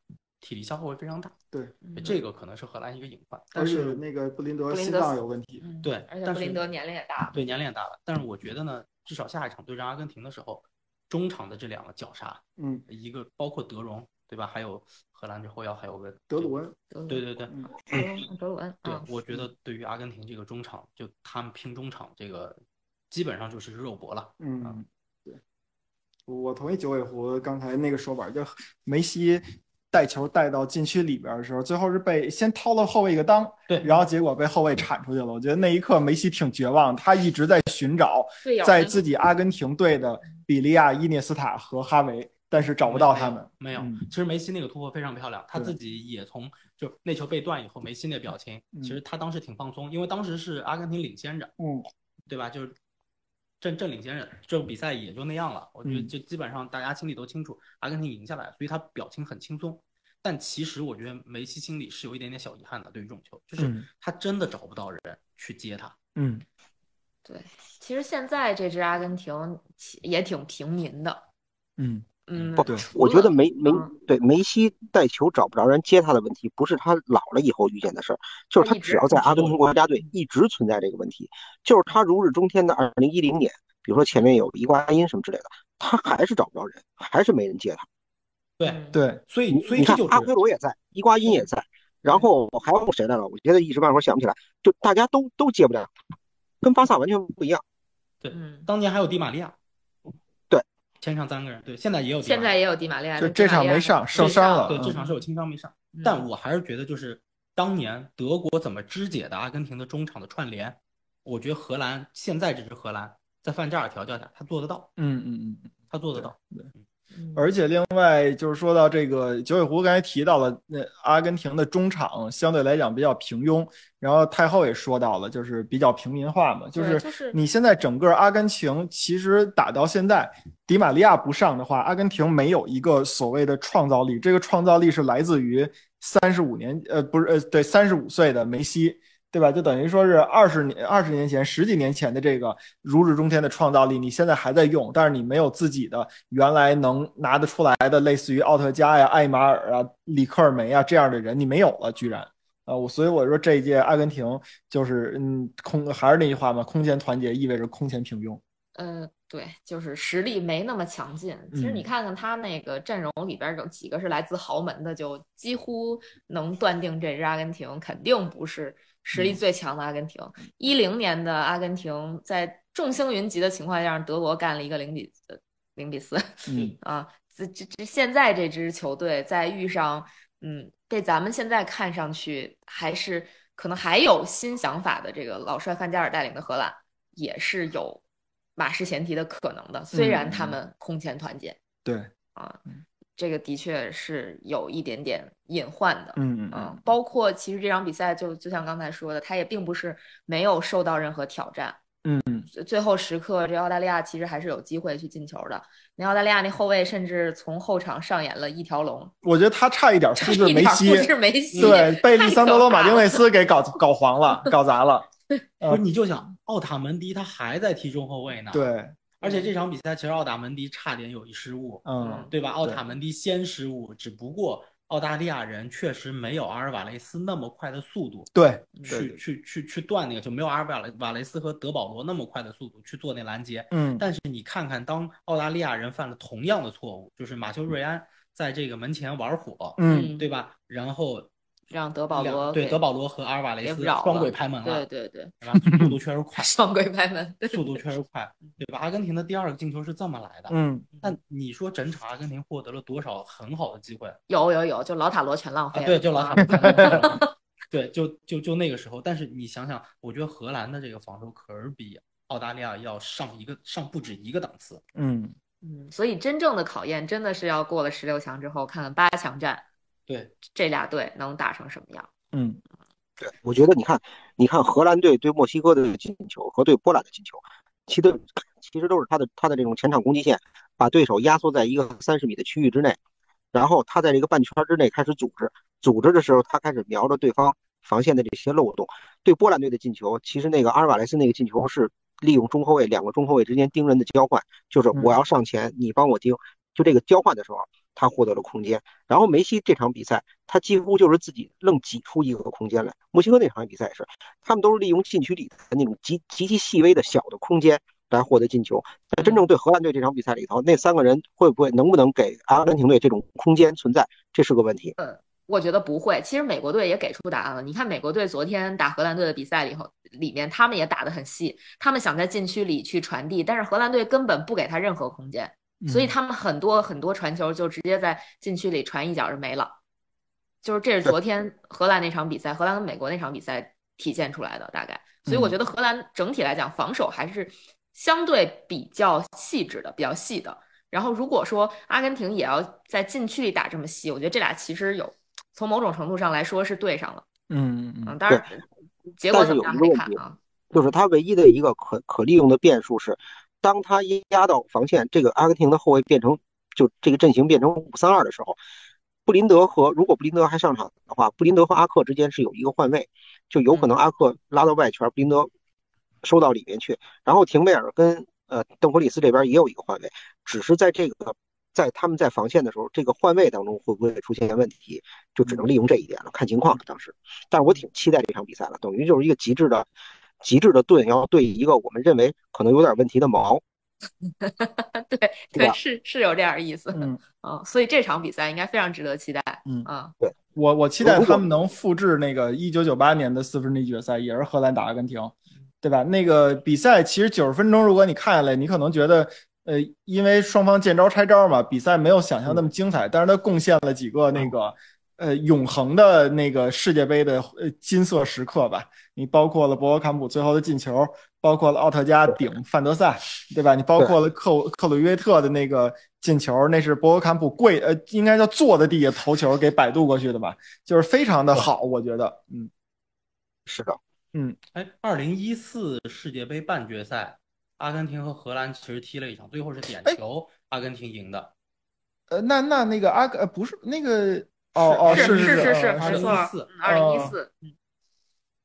Speaker 3: 体力消耗会非常大。
Speaker 1: 嗯
Speaker 3: 这个可能是荷兰一个隐患，
Speaker 2: 而
Speaker 3: 但
Speaker 2: 且
Speaker 3: 是
Speaker 2: 那个布林德
Speaker 1: 布林
Speaker 2: 心
Speaker 1: 德
Speaker 2: 脏
Speaker 1: 死
Speaker 2: 有问题，
Speaker 1: 嗯
Speaker 3: 对
Speaker 1: 而且
Speaker 3: 但
Speaker 1: 布林
Speaker 3: 是
Speaker 1: 德年龄也大了，
Speaker 3: 对年龄也大了。但是我觉得呢，至少下一场对上阿根廷的时候，中场的这两个绞杀，
Speaker 2: 嗯，
Speaker 3: 一个包括德容对吧，还有荷兰这后腰还有个
Speaker 2: 德鲁，恩，
Speaker 1: 德鲁
Speaker 3: 对对对
Speaker 2: 嗯
Speaker 1: 德鲁德鲁恩
Speaker 3: 对
Speaker 1: 啊，，
Speaker 3: 我觉得对于阿根廷这个中场，就他们拼中场这个，基本上就是肉搏了。
Speaker 2: 嗯，对，我同意九尾狐刚才那个说法，就梅西带球带到禁区里边的时候，最后是被先掏了后卫一个裆，
Speaker 3: 对
Speaker 2: 然后结果被后卫铲出去了。我觉得那一刻梅西挺绝望，他一直在寻找
Speaker 1: 队友
Speaker 2: 在
Speaker 1: 呢
Speaker 2: 自己阿根廷队的比利亚、伊涅斯塔和哈维，但是找不到他们。
Speaker 3: 没有，
Speaker 2: 嗯
Speaker 3: 其实梅西那个突破非常漂亮，他
Speaker 2: 对
Speaker 3: 自己也从就那球被断以后，梅西那表情，
Speaker 2: 嗯
Speaker 3: 其实他当时挺放松，因为当时是阿根廷领先着，
Speaker 2: 嗯
Speaker 3: 对吧？就是正正领先着，这种比赛也就那样了。我觉得
Speaker 2: 嗯
Speaker 3: 就基本上大家心里都清楚，阿根廷赢下来，所以他表情很轻松。但其实我觉得梅西心里是有一点点小遗憾的，对于这种球，就是
Speaker 2: 嗯
Speaker 3: 他真的找不到人去接他。
Speaker 2: 嗯
Speaker 1: 对，其实现在这支阿根廷其也挺平民的，
Speaker 2: 嗯，
Speaker 1: 嗯，
Speaker 4: 不
Speaker 3: 对
Speaker 1: 除
Speaker 4: 我觉得
Speaker 1: 了
Speaker 4: 梅梅
Speaker 1: 嗯
Speaker 4: 对梅西带球找不着人接他的问题，不是他老了以后遇见的事儿，就是
Speaker 1: 他
Speaker 4: 他
Speaker 1: 一直
Speaker 4: 只要在阿根廷国家队
Speaker 1: 嗯
Speaker 4: 一直存在这个问题，就是他如日中天的二零一零年，比如说前面有伊瓜因什么之类的，他还是找不着人，还是没人接他。
Speaker 3: 对，
Speaker 1: 嗯
Speaker 2: 对，
Speaker 3: 所以
Speaker 4: 你
Speaker 3: 所以
Speaker 4: 你
Speaker 3: 这
Speaker 4: 看
Speaker 3: 就
Speaker 4: 阿圭
Speaker 3: 是
Speaker 4: 罗也在，伊瓜因也在，然后还有谁来了？我觉得一时半会儿想不起来，就大家都都接不了，跟巴萨完全不一样。
Speaker 1: 嗯，
Speaker 3: 当年还有迪玛利亚，
Speaker 4: 对，
Speaker 3: 前场三个人，对，现在也有迪玛利亚，
Speaker 1: 现在也有迪玛利亚，
Speaker 2: 就
Speaker 1: 迪
Speaker 2: 这
Speaker 1: 玛
Speaker 2: 场
Speaker 1: 利亚
Speaker 2: 没上，受伤了。
Speaker 3: 对，这
Speaker 2: 嗯
Speaker 3: 场是有轻伤没上。
Speaker 1: 嗯
Speaker 3: 但我还是觉得，就是当年德国怎么肢解的阿根廷的中场的串联，我觉得荷兰现在这支荷兰在范加尔调教下，他做得到，
Speaker 2: 嗯嗯嗯。
Speaker 3: 他做得到。
Speaker 1: 嗯
Speaker 2: 而且另外就是说到这个九尾狐，刚才提到了，那阿根廷的中场相对来讲比较平庸，然后太后也说到了，就是比较平民化嘛，就
Speaker 1: 对
Speaker 2: 是
Speaker 1: 就是
Speaker 2: 你现在整个阿根廷其实打到现在，迪玛利亚不上的话，阿根廷没有一个所谓的创造力，这个创造力是来自于三十五年，呃，不是，呃，对，三十五岁的梅西。对吧？就等于说是二十年、二十年前、十几年前的这个如日中天的创造力，你现在还在用，但是你没有自己的原来能拿得出来的，类似于奥特加呀、艾马尔啊、里克尔梅啊这样的人，你没有了，居然啊！我所以我说这一届阿根廷就是嗯，空还是那句话嘛，空前团结意味着空前平庸。嗯
Speaker 1: 呃，对，就是实力没那么强劲。其实你
Speaker 2: 嗯
Speaker 1: 看看他那个阵容里边儿有几个是来自豪门的，就几乎能断定这支阿根廷肯定不是实力
Speaker 2: 嗯
Speaker 1: 最强的阿根廷。一零年的阿根廷在众星云集的情况下，让德国干了一个零比呃零比四
Speaker 2: 嗯
Speaker 1: 啊！这这这现在这支球队在遇上嗯被咱们现在看上去还是可能还有新想法的这个老帅范加尔带领的荷兰。也是有马失前蹄的可能的，虽然他们空前团结，
Speaker 2: 对，
Speaker 1: 啊，这个的确是有一点点隐患的。
Speaker 2: 嗯嗯
Speaker 1: 啊
Speaker 2: 嗯，
Speaker 1: 包括其实这场比赛就就像刚才说的，他也并不是没有受到任何挑战。
Speaker 2: 嗯，
Speaker 1: 最最后时刻，这澳大利亚其实还是有机会去进球的。那澳大利亚那后卫甚至从后场上演了一条龙，
Speaker 2: 我觉得他差一点复制
Speaker 1: 一
Speaker 2: 梅
Speaker 1: 点儿
Speaker 2: 西
Speaker 1: 复，制梅西，
Speaker 2: 对，被
Speaker 1: 太
Speaker 2: 利桑德
Speaker 1: 可
Speaker 2: 罗
Speaker 1: 怕
Speaker 2: 马丁
Speaker 1: 了
Speaker 2: 内嗯斯给搞搞黄了，搞 砸了。
Speaker 3: 不是，你就想奥塔门迪他还在踢中后卫呢，，
Speaker 2: 呃对，
Speaker 3: 而且这场比赛其实奥塔门迪差点有一失误，
Speaker 2: 嗯，
Speaker 3: 对吧？奥
Speaker 2: 对
Speaker 3: 塔门迪先失误，只不过澳大利亚人确实没有阿尔瓦雷斯那么快的速度
Speaker 2: 对，对
Speaker 3: 去去去去断那个，就没有阿尔瓦雷瓦雷斯和德保罗那么快的速度去做那拦截。
Speaker 2: 嗯，
Speaker 3: 但是你看看，当澳大利亚人犯了同样的错误，就是马修瑞安在这个门前玩火，
Speaker 2: 嗯，
Speaker 3: 对吧？然后
Speaker 1: 让德保
Speaker 3: 两
Speaker 1: 罗
Speaker 3: 对
Speaker 1: 给
Speaker 3: 德保罗和阿尔瓦雷
Speaker 1: 给
Speaker 3: 斯
Speaker 1: 扰了
Speaker 3: 双轨拍门
Speaker 1: 对
Speaker 3: 了，
Speaker 1: 对 对，
Speaker 3: 对吧？速度确 实快，
Speaker 1: 双规拍门，
Speaker 3: 速度确实快，对吧？阿根廷的第二个进球是这么来的。
Speaker 2: 嗯，
Speaker 3: 但你说整场阿根廷获得了多少很好的机会啊？
Speaker 1: 有有有，就老塔罗全浪费
Speaker 2: 哎
Speaker 1: 了。
Speaker 3: 对，就老
Speaker 1: 啊
Speaker 3: 塔姆 潘，对，就就就那个时候。但是你想想，我觉得荷兰的这个防守可是比澳大利亚要上一个上不止一个档次。
Speaker 2: 嗯，
Speaker 1: 嗯，所以真正的考验真的是要过了十六强之后，看看八强战
Speaker 3: 对，
Speaker 1: 这俩队能打成什么样。
Speaker 2: 嗯，
Speaker 4: 对，我觉得你看，你看荷兰队对墨西哥的进球和对波兰的进球，其实其实都是他的他的这种前场攻击线，把对手压缩在一个三十米的区域之内，然后他在这个半圈之内开始组织，组织的时候他开始瞄着对方防线的这些漏洞。对波兰队的进球，其实那个阿尔瓦雷斯那个进球是利用中后卫两个中后卫之间盯人的交换，就是
Speaker 2: 嗯
Speaker 4: 我要上前，你帮我盯，就这个交换的时候，他获得了空间。然后梅西这场比赛，他几乎就是自己愣挤出一个空间来。墨西哥那场比赛也是，他们都是利用禁区里的那种极极其细微的小的空间来获得进球。但真正对荷兰队这场比赛里头，那三个人会不会能不能给阿根廷队这种空间存在，这是个问题。
Speaker 1: 我觉得不会，其实美国队也给出答案了。你看美国队昨天打荷兰队的比赛里头，里面他们也打得很细，他们想在禁区里去传递，但是荷兰队根本不给他任何空间，
Speaker 2: 嗯
Speaker 1: 所以他们很多很多传球就直接在禁区里传一脚就没了。就是这是昨天荷兰那场比赛，荷兰跟美国那场比赛体现出来的大概。所以我觉得荷兰整体来讲防守还是相对比较细致的，比较细的。然后如果说阿根廷也要在禁区里打这么细，我觉得这俩其实有从某种程度上来说是对上了。
Speaker 2: 嗯嗯
Speaker 1: 嗯，
Speaker 2: 嗯，
Speaker 1: 当然结果怎么样还得看啊。
Speaker 4: 就是他唯一的一个可可利用的变数是，当他一压到防线，这个阿根廷的后卫变成就这个阵型变成五三二的时候，布林德和如果布林德还上场的话，布林德和阿克之间是有一个换位，就有可能阿克拉到外圈，布林德收到里面去，然后廷贝尔跟呃邓弗里斯这边也有一个换位，只是在这个在他们在防线的时候，这个换位当中会不会出现问题，就只能利用这一点了，看情况了。当时，但是我挺期待这场比赛了，等于就是一个极致的、极致的盾，要对一个我们认为可能有点问题的矛。
Speaker 1: 对
Speaker 4: 对
Speaker 1: 对，
Speaker 4: 吧
Speaker 1: 是是有这样意思。
Speaker 2: 嗯
Speaker 1: 嗯，所以这场比赛应该非常值得期待。
Speaker 2: 嗯
Speaker 1: 啊，
Speaker 2: 我我期待
Speaker 4: 如果
Speaker 2: 他们能复制那个一九九八年的四分之一决赛，也是荷兰打阿根廷，对吧？那个比赛其实九十分钟，如果你看下来，你可能觉得，呃，因为双方见招拆招嘛，比赛没有想象那么精彩，但是他贡献了几个那个。呃永恒的那个世界杯的呃金色时刻吧。你包括了博格坎普最后的进球，包括了奥特加顶范德萨，对吧？你包括了克克鲁伊维特的那个进球，那是博格坎普跪呃应该叫坐在地下头球给摆渡过去的吧？就是非常的好，我觉得，嗯
Speaker 4: 是的，
Speaker 2: 嗯，
Speaker 3: 哎，二零一四世界杯半决赛，阿根廷和荷兰其实踢了一场，最后是点
Speaker 2: 哎
Speaker 3: 球，阿根廷赢的。
Speaker 2: 呃，那那那个阿呃不是那个哦哦
Speaker 1: 是
Speaker 2: 是
Speaker 1: 是
Speaker 2: 是
Speaker 1: 是，
Speaker 2: 呃
Speaker 1: 没错
Speaker 3: 2014，
Speaker 1: 二零一四，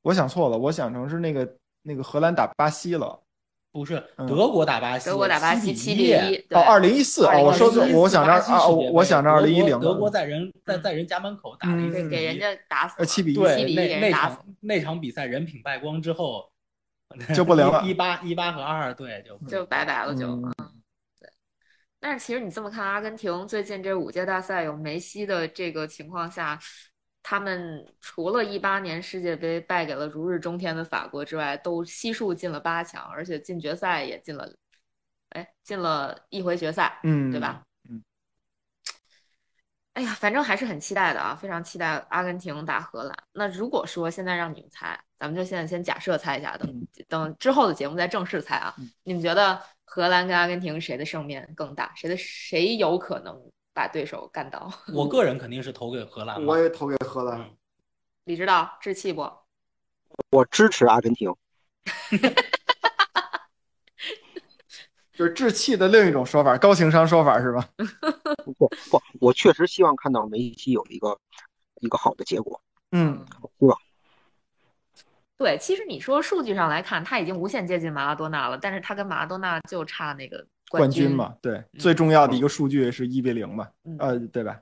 Speaker 2: 我想错了，我想成是那个那个荷兰打巴西了。
Speaker 3: 不是
Speaker 2: 嗯
Speaker 3: 德国打巴西，
Speaker 1: 德国打巴西七
Speaker 3: 七
Speaker 1: 比一，对
Speaker 2: 哦，二零一四哦，我说错，
Speaker 1: 2014
Speaker 2: 我我想着
Speaker 3: 巴西世界
Speaker 2: 啊，
Speaker 3: 杯
Speaker 2: 我我想着二
Speaker 3: 德
Speaker 2: 零一零啊
Speaker 3: 国德国在人在在人家门口打了一
Speaker 2: 嗯
Speaker 1: 对，
Speaker 3: 次
Speaker 1: 给人家打死
Speaker 2: 呃
Speaker 1: 了，
Speaker 2: 七比一，
Speaker 1: 西
Speaker 3: 对
Speaker 1: 比
Speaker 3: 那
Speaker 1: 给
Speaker 3: 那
Speaker 1: 人打死
Speaker 3: 场那场比赛人品败光之后
Speaker 2: 就不聊了
Speaker 3: 一八一八和二二队就
Speaker 1: 就拜拜了就。啊
Speaker 2: 嗯
Speaker 1: 但是其实你这么看，阿根廷最近这五届大赛有梅西的这个情况下，他们除了一八年世界杯败给了如日中天的法国之外，都悉数进了八强，而且进决赛也进了，哎，进了一回决赛，
Speaker 2: 嗯，
Speaker 1: 对吧？
Speaker 2: 嗯，
Speaker 1: 哎呀，反正还是很期待的啊，非常期待阿根廷打荷兰。那如果说现在让你们猜，咱们就现在先假设猜一下，等等之后的节目再正式猜啊。
Speaker 2: 嗯
Speaker 1: 你们觉得荷兰跟阿根廷谁的胜面更大？谁的谁有可能把对手干倒？
Speaker 3: 我个人肯定是投给荷兰嘛
Speaker 2: 我，也投给荷兰。
Speaker 1: 你知道志气不？
Speaker 2: 嗯
Speaker 4: 我支持阿根廷。
Speaker 2: 就是志气的另一种说法，高情商说法是吧？
Speaker 4: 不不，我确实希望看到梅西有一个一个好的结果。
Speaker 2: 嗯，
Speaker 1: 对，其实你说数据上来看，他已经无限接近马拉多纳了，但是他跟马拉多纳就差那个
Speaker 2: 冠
Speaker 1: 军
Speaker 2: 军。嘛，对，最重要的一个数据是一比零嘛，
Speaker 1: 嗯
Speaker 2: 呃，对吧？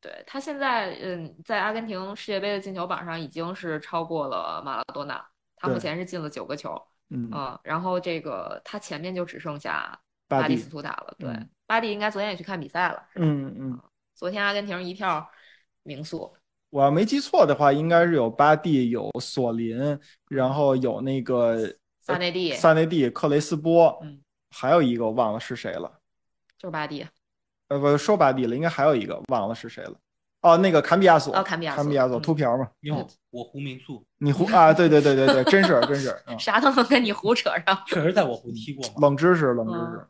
Speaker 1: 对，他现在嗯，在阿根廷世界杯的进球榜上已经是超过了马拉多纳，他目
Speaker 2: 对
Speaker 1: 前是进了九个球，
Speaker 2: 嗯，
Speaker 1: 嗯，然后这个他前面就只剩下
Speaker 2: 巴
Speaker 1: 巴蒂
Speaker 2: 蒂
Speaker 1: 斯，图塔了，对
Speaker 2: 嗯，
Speaker 1: 巴蒂应该昨天也去看比赛了，是吧？
Speaker 2: 嗯嗯，
Speaker 1: 昨天阿根廷一票名宿，
Speaker 2: 我要没记错的话，应该是有巴蒂，有索林，然后有那个
Speaker 1: 萨内蒂
Speaker 2: 呃萨内蒂、克雷斯波，
Speaker 1: 嗯，
Speaker 2: 还有一个我忘了是谁了，
Speaker 1: 就是巴蒂，
Speaker 2: 呃，不说巴蒂了，应该还有一个忘了是谁了。哦，那个坎比亚索，
Speaker 1: 哦坎比亚索
Speaker 2: 坎比亚索
Speaker 1: 嗯
Speaker 2: 秃瓢嘛，
Speaker 3: 哟，我胡明素
Speaker 2: 你胡啊？对对对对对，真是真是， 嗯，
Speaker 1: 啥都能跟你胡扯上。
Speaker 3: 确实在我胡踢过嘛，
Speaker 2: 冷知识，冷知识，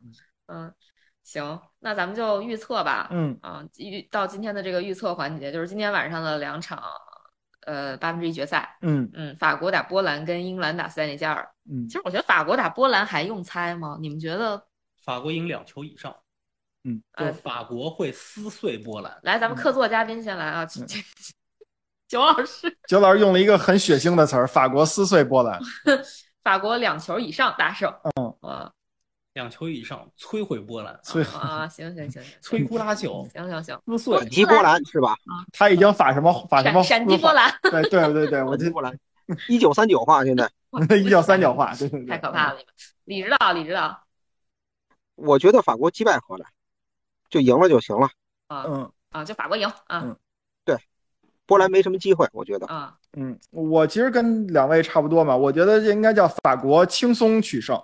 Speaker 1: 嗯，行，那咱们就预测吧。
Speaker 2: 嗯
Speaker 1: 啊，预到今天的这个预测环节，就是今天晚上的两场，呃，八分之一决赛。
Speaker 2: 嗯
Speaker 1: 嗯，法国打波兰跟英格兰打塞内加尔。
Speaker 2: 嗯
Speaker 1: 其实我觉得法国打波兰还用猜吗？你们觉得？
Speaker 3: 法国赢两球以上，
Speaker 2: 嗯，
Speaker 3: 就
Speaker 1: 哎
Speaker 3: 是法国会撕碎波兰。
Speaker 1: 来，咱们
Speaker 2: 嗯
Speaker 1: 客座嘉宾先来啊， 九老师，
Speaker 2: 九老师用了一个很血腥的词儿，法国撕碎波兰，
Speaker 1: 法国两球以上大胜。
Speaker 2: 嗯
Speaker 1: 啊
Speaker 3: 两球以上摧毁波兰，
Speaker 2: 所以
Speaker 1: 啊，行行行行
Speaker 3: 摧枯拉朽，
Speaker 1: 行行行，
Speaker 3: 撕
Speaker 4: 以
Speaker 3: 碎。
Speaker 4: 及波兰是吧？
Speaker 2: 他已经法什么法什么
Speaker 1: 闪闪击波兰，
Speaker 2: 对对对对，我
Speaker 4: 反
Speaker 2: 这
Speaker 4: 击波兰，一九三九话现在，
Speaker 2: 一叫三角化，对对对，
Speaker 1: 太可怕了！你们，李指导，李指导，
Speaker 4: 我觉得法国击败荷兰，就赢了就行了。
Speaker 2: 嗯
Speaker 1: 啊，就法国赢啊
Speaker 2: 嗯
Speaker 4: 波兰没什么机会，我觉得。
Speaker 1: 啊，
Speaker 2: 嗯，我其实跟两位差不多嘛，我觉得这应该叫法国轻松取胜，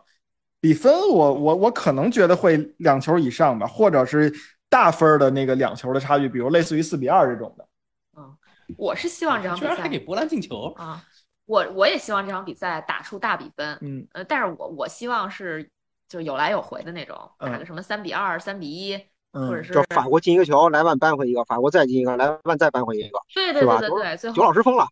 Speaker 2: 比分我我我可能觉得会两球以上吧，或者是大分儿的那个两球的差距，比如类似于四比二这种的。
Speaker 1: 我是希望这场比
Speaker 3: 嗯居然还给
Speaker 1: 赛
Speaker 3: 波兰进球，
Speaker 1: 啊，我我也希望这场比赛打出大比分，
Speaker 2: 嗯
Speaker 1: 呃，但是我我希望是就是有来有回的那种，
Speaker 2: 嗯
Speaker 1: 打个什么三比二、三比一，或者
Speaker 2: 嗯，
Speaker 1: 是
Speaker 4: 就法国进一个球，莱万扳回一个，法国再进一个，莱万再扳回一个。
Speaker 1: 对对对
Speaker 4: 是吧
Speaker 1: 对对，最
Speaker 4: 九
Speaker 1: 后
Speaker 4: 老师疯了，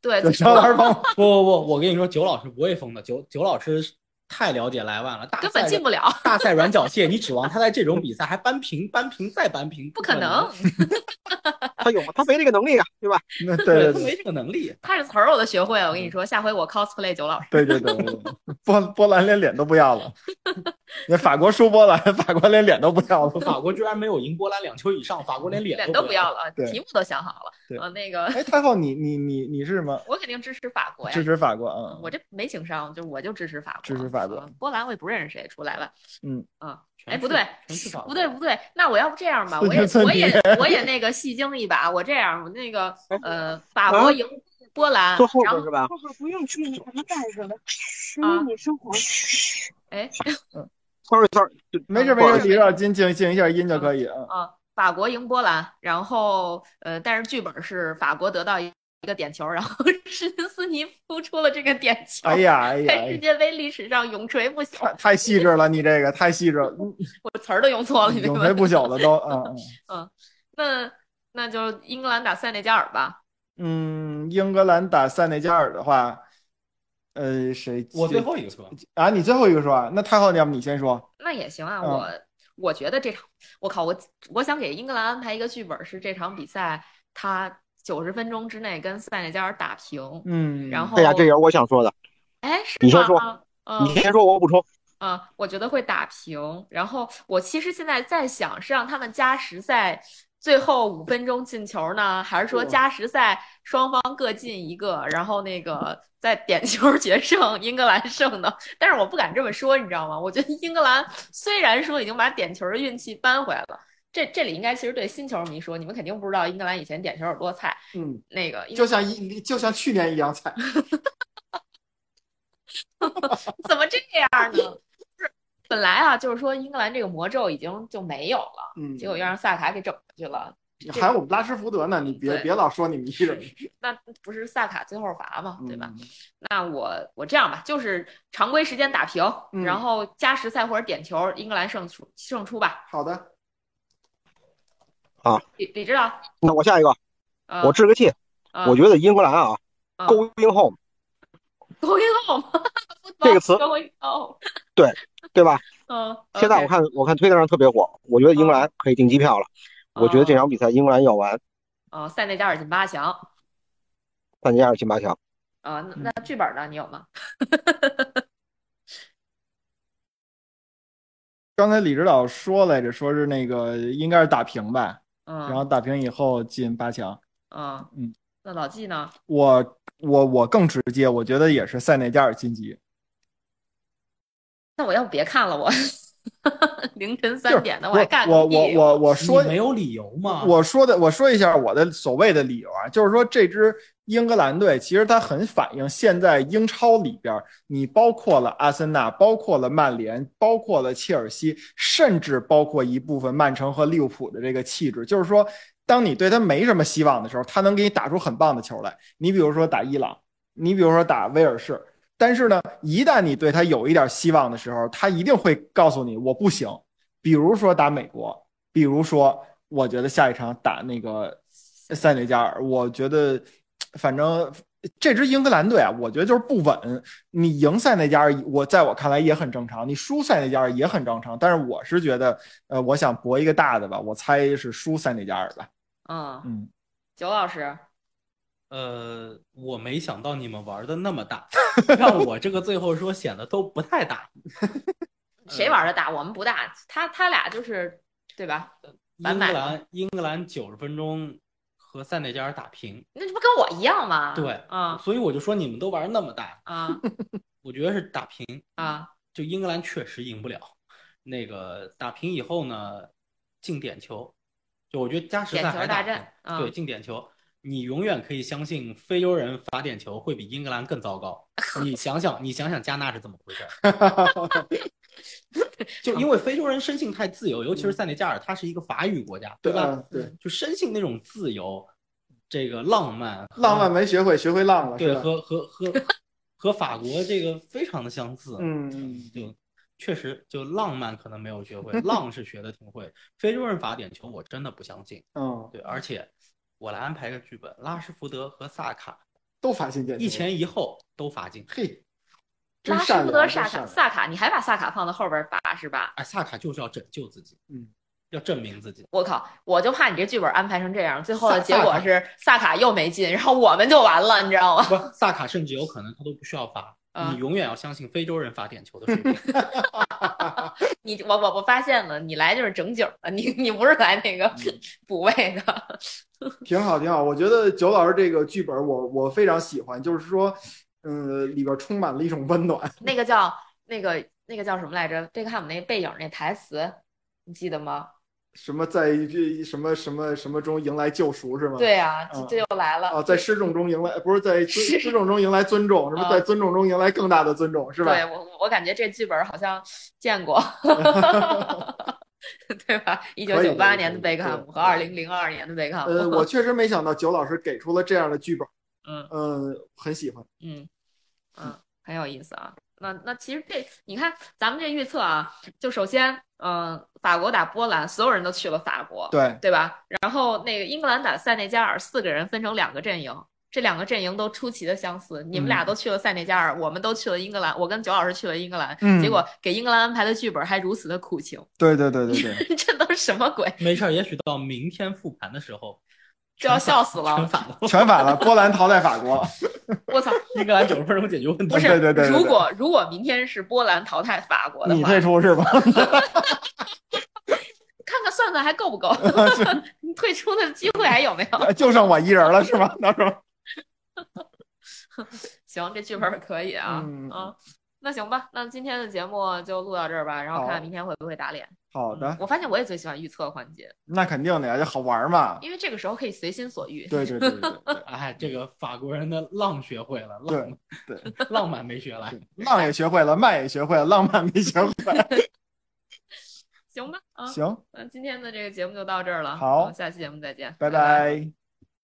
Speaker 1: 对
Speaker 2: 对，
Speaker 1: 最后
Speaker 2: 小老师帮我
Speaker 3: 不不不，我跟你说，九老师不会疯的，九九老师太了解莱万了，大
Speaker 1: 根
Speaker 3: 赛
Speaker 1: 本进不了，
Speaker 3: 大赛软脚蟹，你指望他在这种比赛还扳平、扳平再扳平，
Speaker 1: 不
Speaker 3: 可
Speaker 2: 嗯
Speaker 1: 可 能，
Speaker 4: 他有他没这个能力啊，对吧？
Speaker 2: 那 对对
Speaker 3: 对他
Speaker 2: 对
Speaker 3: 没这个能力。
Speaker 1: 他这词儿我都学会了，我跟
Speaker 2: 嗯
Speaker 1: 你说，下回我 cosplay 九老师，
Speaker 2: 对对对对对，波波兰连脸都不要了，那法国输波兰，法国连脸都不要了。
Speaker 3: 法国居然没有赢波兰两球以上，法国连脸
Speaker 1: 脸
Speaker 3: 都
Speaker 1: 都不
Speaker 3: 要
Speaker 1: 要
Speaker 3: 了。
Speaker 1: 了，
Speaker 2: 对
Speaker 1: 题目都想好
Speaker 2: 对
Speaker 1: 了，啊，那个
Speaker 2: 哎，太后，你你你你是什么？
Speaker 1: 我肯定支持法国呀
Speaker 2: 支。持法国啊
Speaker 1: 嗯？我这没情商，就我就支持法国，
Speaker 2: 支持法国
Speaker 1: 嗯。波兰我也不认识谁，除莱万。
Speaker 2: 嗯
Speaker 1: 啊，
Speaker 3: 全
Speaker 1: 哎，
Speaker 3: 是
Speaker 1: 不对
Speaker 3: 全是法，国
Speaker 1: 不对，不对。那我要不这样吧，我也
Speaker 2: 四年
Speaker 1: 我也
Speaker 2: 三
Speaker 1: 我也那个戏精一把，我这样，我那 个
Speaker 4: 哎
Speaker 1: 呃，法国赢波兰
Speaker 4: 坐，后
Speaker 1: 啊然
Speaker 4: 边
Speaker 1: 后
Speaker 4: 是吧？
Speaker 5: 后边不用注意把它带上了，属
Speaker 1: 啊
Speaker 5: 于你生活。
Speaker 1: 哎
Speaker 4: sorry sorry，就
Speaker 2: 没事没
Speaker 4: 不好
Speaker 2: 事
Speaker 4: 意，
Speaker 1: 思
Speaker 2: 李少金静静一下音就可以啊。
Speaker 1: 啊，法国赢波兰，然后呃，但是剧本是法国得到一个点球，然后史蒂斯尼扑出了这个点球，
Speaker 2: 哎呀哎呀，
Speaker 1: 在
Speaker 2: 哎
Speaker 1: 世
Speaker 2: 呀
Speaker 1: 界杯历史上永垂不朽
Speaker 2: 太。太细致了，你这个太细致了，嗯
Speaker 1: 我词儿都用错了，你
Speaker 2: 永
Speaker 1: 明
Speaker 2: 垂
Speaker 1: 白
Speaker 2: 不
Speaker 1: 吗？
Speaker 2: 朽了都，嗯
Speaker 1: 那那就英格兰打塞内加尔吧。
Speaker 2: 嗯嗯，英格兰打塞内加尔的话，呃，谁？
Speaker 3: 我最后一个说，
Speaker 2: 啊，你最后一个说啊，那太后，要不你先说？
Speaker 1: 那也行啊，
Speaker 2: 嗯
Speaker 1: 我我觉得这场，我靠，我我想给英格兰安排一个剧本，是这场比赛他九十分钟之内跟塞内加尔打平，
Speaker 2: 嗯，
Speaker 1: 然后
Speaker 4: 哎呀，这也是我想说的，
Speaker 1: 哎是
Speaker 4: 你先
Speaker 1: 吗
Speaker 4: 说
Speaker 1: 啊
Speaker 4: 你
Speaker 1: 嗯
Speaker 4: 先说，我补充。
Speaker 1: 啊，我觉得会打平。然后我其实现在在想，是让他们加时赛最后五分钟进球呢，还是说加时赛双方各进一个，然后那个再点球决胜，英格兰胜呢？但是我不敢这么说，你知道吗？我觉得英格兰虽然说已经把点球的运气扳回来了。这这里应该其实对新球迷说，你们肯定不知道英格兰以前点球有多菜。
Speaker 2: 嗯，
Speaker 1: 那个因为
Speaker 2: 就像一就像去年一样惨，
Speaker 1: 怎么这样呢？ 就是本来啊，就是说英格兰这个魔咒已经就没有了，
Speaker 2: 嗯，
Speaker 1: 结果又让萨卡给整回去了。
Speaker 2: 还有我们拉什福德呢，你别
Speaker 1: 对
Speaker 2: 别老说你们一人，
Speaker 1: 那不是萨卡最后罚嘛，对吧？
Speaker 2: 嗯？
Speaker 1: 那我我这样吧，就是常规时间打平，
Speaker 2: 嗯
Speaker 1: 然后加时赛或者点球，英格兰胜出胜出吧。
Speaker 2: 好的，
Speaker 1: 李李指导，
Speaker 4: 那我下一个，
Speaker 1: 呃，
Speaker 4: 我置个气，
Speaker 1: 呃，
Speaker 4: 我觉得英格兰啊
Speaker 1: 嗯
Speaker 4: ，going home，
Speaker 1: 勾引我吗？
Speaker 4: 这个词
Speaker 1: 勾引哦，
Speaker 4: 对吧？
Speaker 1: 嗯，
Speaker 4: 现在我看我看推特上特别火，我觉得英格兰可以订机票了。我觉得这场比赛英格兰要完，
Speaker 1: 哦，塞内加尔进八强
Speaker 4: 塞内加尔进八强。
Speaker 1: 啊，
Speaker 4: 嗯
Speaker 1: 那那剧本呢？你有吗？
Speaker 2: 刚才李指导说来着，说是那个应该是打平吧，
Speaker 1: 嗯，
Speaker 2: 然后打平以后进八强。
Speaker 1: 嗯
Speaker 2: 嗯，
Speaker 1: 那老纪呢？
Speaker 2: 我我我更直接，我觉得也是塞内加尔晋级，
Speaker 1: 那我要不别看了，我 凌晨
Speaker 2: 就是
Speaker 1: 三点的我还
Speaker 2: 不是
Speaker 1: 看
Speaker 2: 我
Speaker 1: 个
Speaker 2: 我
Speaker 1: 屁
Speaker 2: 我我说
Speaker 3: 你没有理由嘛？
Speaker 2: 我说的，我说一下我的所谓的理由啊，就是说这支英格兰队其实它很反映现在英超里边，你包括了阿森纳，包括了曼联，包括了切尔西，甚至包括一部分曼城和利物浦的这个气质，就是说，当你对他没什么希望的时候，他能给你打出很棒的球来。你比如说打伊朗，你比如说打威尔士，但是呢，一旦你对他有一点希望的时候，他一定会告诉你我不行。比如说打美国，比如说，我觉得下一场打那个塞内加尔，我觉得反正这支英格兰队啊，我觉得就是不稳。你赢塞内加尔，我在我看来也很正常；你输塞内加尔也很正常。但是我是觉得，呃，我想搏一个大的吧，我猜是输塞内加尔吧。
Speaker 1: 嗯，
Speaker 2: 嗯，
Speaker 1: 九老师，
Speaker 3: 呃，我没想到你们玩的那么大，让我这个最后说显得都不太大。 嗯呃
Speaker 1: 谁玩的大？我们不大，他他俩就是对吧？
Speaker 3: 英
Speaker 1: 完
Speaker 3: 格
Speaker 1: 美
Speaker 3: 兰，英格兰九十分钟和塞内加尔打平，
Speaker 1: 那这不跟我一样吗？
Speaker 3: 对
Speaker 1: 啊
Speaker 3: 所以我就说你们都玩那么大，
Speaker 1: 啊
Speaker 3: 我觉得是打平。
Speaker 1: 啊！
Speaker 3: 就英格兰确实赢不了，那个打平以后呢，进点球，就我觉得加时
Speaker 1: 点
Speaker 3: 赛
Speaker 1: 球
Speaker 3: 还
Speaker 1: 大
Speaker 3: 打
Speaker 1: 战
Speaker 3: 平，
Speaker 2: 啊
Speaker 1: 嗯
Speaker 3: 对，进点球，你永远可以相信非洲人罚点球会比英格兰更糟 糕。你想想，你想想加纳是怎么回事 儿？就因为非洲人生性太自由，尤其是塞内加尔，它是一个法语国家，对吧？
Speaker 2: 嗯对，
Speaker 3: 就生性那种自由，这个浪漫，
Speaker 2: 浪漫没学会，学会浪了，
Speaker 3: 对，
Speaker 2: 是吧？
Speaker 3: 和和和和法国这个非常的相似。
Speaker 2: 嗯嗯
Speaker 3: 就确实就浪漫可能没有学会，浪是学的挺会。非洲人罚点球我真的不相信。
Speaker 2: 嗯，
Speaker 3: 对，而且我来安排个剧本，拉什福德和萨卡
Speaker 2: 都发现点球
Speaker 3: 一前一后都罚进。
Speaker 2: 嘿，真
Speaker 1: 拉什
Speaker 2: 善
Speaker 1: 福德、
Speaker 2: 良，真
Speaker 1: 萨
Speaker 2: 善
Speaker 1: 卡、
Speaker 2: 良
Speaker 1: 萨卡，你还把萨卡放到后边打是吧？
Speaker 3: 哎，萨卡就是要拯救自己，
Speaker 2: 嗯，
Speaker 3: 要证明自己。
Speaker 1: 我靠，我就怕你这剧本安排成这样，最后的
Speaker 3: 萨
Speaker 1: 结果
Speaker 3: 萨卡
Speaker 1: 是萨卡又没进，然后我们就完了，你知道吗？
Speaker 3: 不， 萨卡甚至有可能他都不需要罚，
Speaker 1: 啊
Speaker 3: 你永远要相信非洲人罚点球的水平。
Speaker 1: 你我我我发现了，你来就是整景的，你你不是来那个
Speaker 2: 嗯
Speaker 1: 补位的。
Speaker 2: 挺好，挺好。我觉得九老师这个剧本我，我非常喜欢，就是说，嗯，里边充满了一种温暖。
Speaker 1: 那个叫那个那个叫什么来着？贝克汉姆那背影那台词，你记得吗？
Speaker 2: 嗯什么在这什么什么什么中迎来救赎是吗？
Speaker 1: 对啊，这
Speaker 2: 嗯
Speaker 1: 这又来了。
Speaker 2: 啊，在失重中迎来不 是在
Speaker 1: 是
Speaker 2: 尊失重中迎来尊重，什么
Speaker 1: 啊
Speaker 2: 在尊重中迎来更大的尊重是吧？
Speaker 1: 对我我感觉这剧本好像见过。对吧？一九
Speaker 2: 可以
Speaker 1: 九八
Speaker 2: 可以
Speaker 1: 年的
Speaker 2: 可以
Speaker 1: 贝克汉姆
Speaker 2: 对
Speaker 1: 和二零零二年的贝克汉
Speaker 2: 呃，
Speaker 1: 姆，
Speaker 2: 我确实没想到九老师给出了这样的剧本，
Speaker 1: 嗯
Speaker 2: 嗯，很喜欢。
Speaker 1: 嗯嗯，很有意思啊。那那其实这你看咱们这预测啊，就首先嗯、呃法国打波兰，所有人都去了法国，
Speaker 2: 对，
Speaker 1: 对吧？然后那个英格兰打塞内加尔，四个人分成两个阵营，这两个阵营都出奇的相似。你们俩
Speaker 2: 嗯
Speaker 1: 都去了塞内加尔，我们都去了英格兰，我跟九老师去了英格兰，
Speaker 2: 嗯
Speaker 1: 结果给英格兰安排的剧本还如此的苦情，
Speaker 2: 对对对对 对，
Speaker 1: 这都是什么鬼？
Speaker 3: 没事儿，也许到明天复盘的时候
Speaker 1: 就要
Speaker 3: 全反
Speaker 1: 笑死了
Speaker 3: 全反了。
Speaker 2: 全反了，波兰淘汰法 国了。
Speaker 1: 我操！
Speaker 3: 英格兰九十分钟解决问题
Speaker 1: 不，是，
Speaker 2: 对对对对对
Speaker 1: 如果如果明天是波兰淘汰法国的
Speaker 2: 你
Speaker 1: 话，
Speaker 2: 这出是吧？
Speaker 1: 看看算算还够不 够，你退出的机会还有没有？
Speaker 2: 就剩我一人了是吧？到 时候
Speaker 1: 嗯行，这剧本儿可以啊，
Speaker 2: 嗯
Speaker 1: 啊，那行吧，那今天的节目就录到这儿吧，然后看
Speaker 2: 好
Speaker 1: 看明天会不会打脸。嗯
Speaker 2: 好的，
Speaker 1: 我发现我也最喜欢预测环节，
Speaker 2: 那肯定的呀，就好玩嘛。
Speaker 1: 因为这个时候可以随心所欲。
Speaker 2: 对对对对对
Speaker 3: 哎，这个法国人的浪学会了，浪
Speaker 2: 对对，
Speaker 3: 浪漫没学来。
Speaker 2: 浪也学会了，慢也学会了，浪漫没学会。
Speaker 1: 行吧，啊，
Speaker 2: 行，
Speaker 1: 啊嗯那今天的这个节目就到这儿了，嗯
Speaker 2: 好
Speaker 1: 下期节目再见，
Speaker 2: 拜
Speaker 1: 拜
Speaker 2: 拜。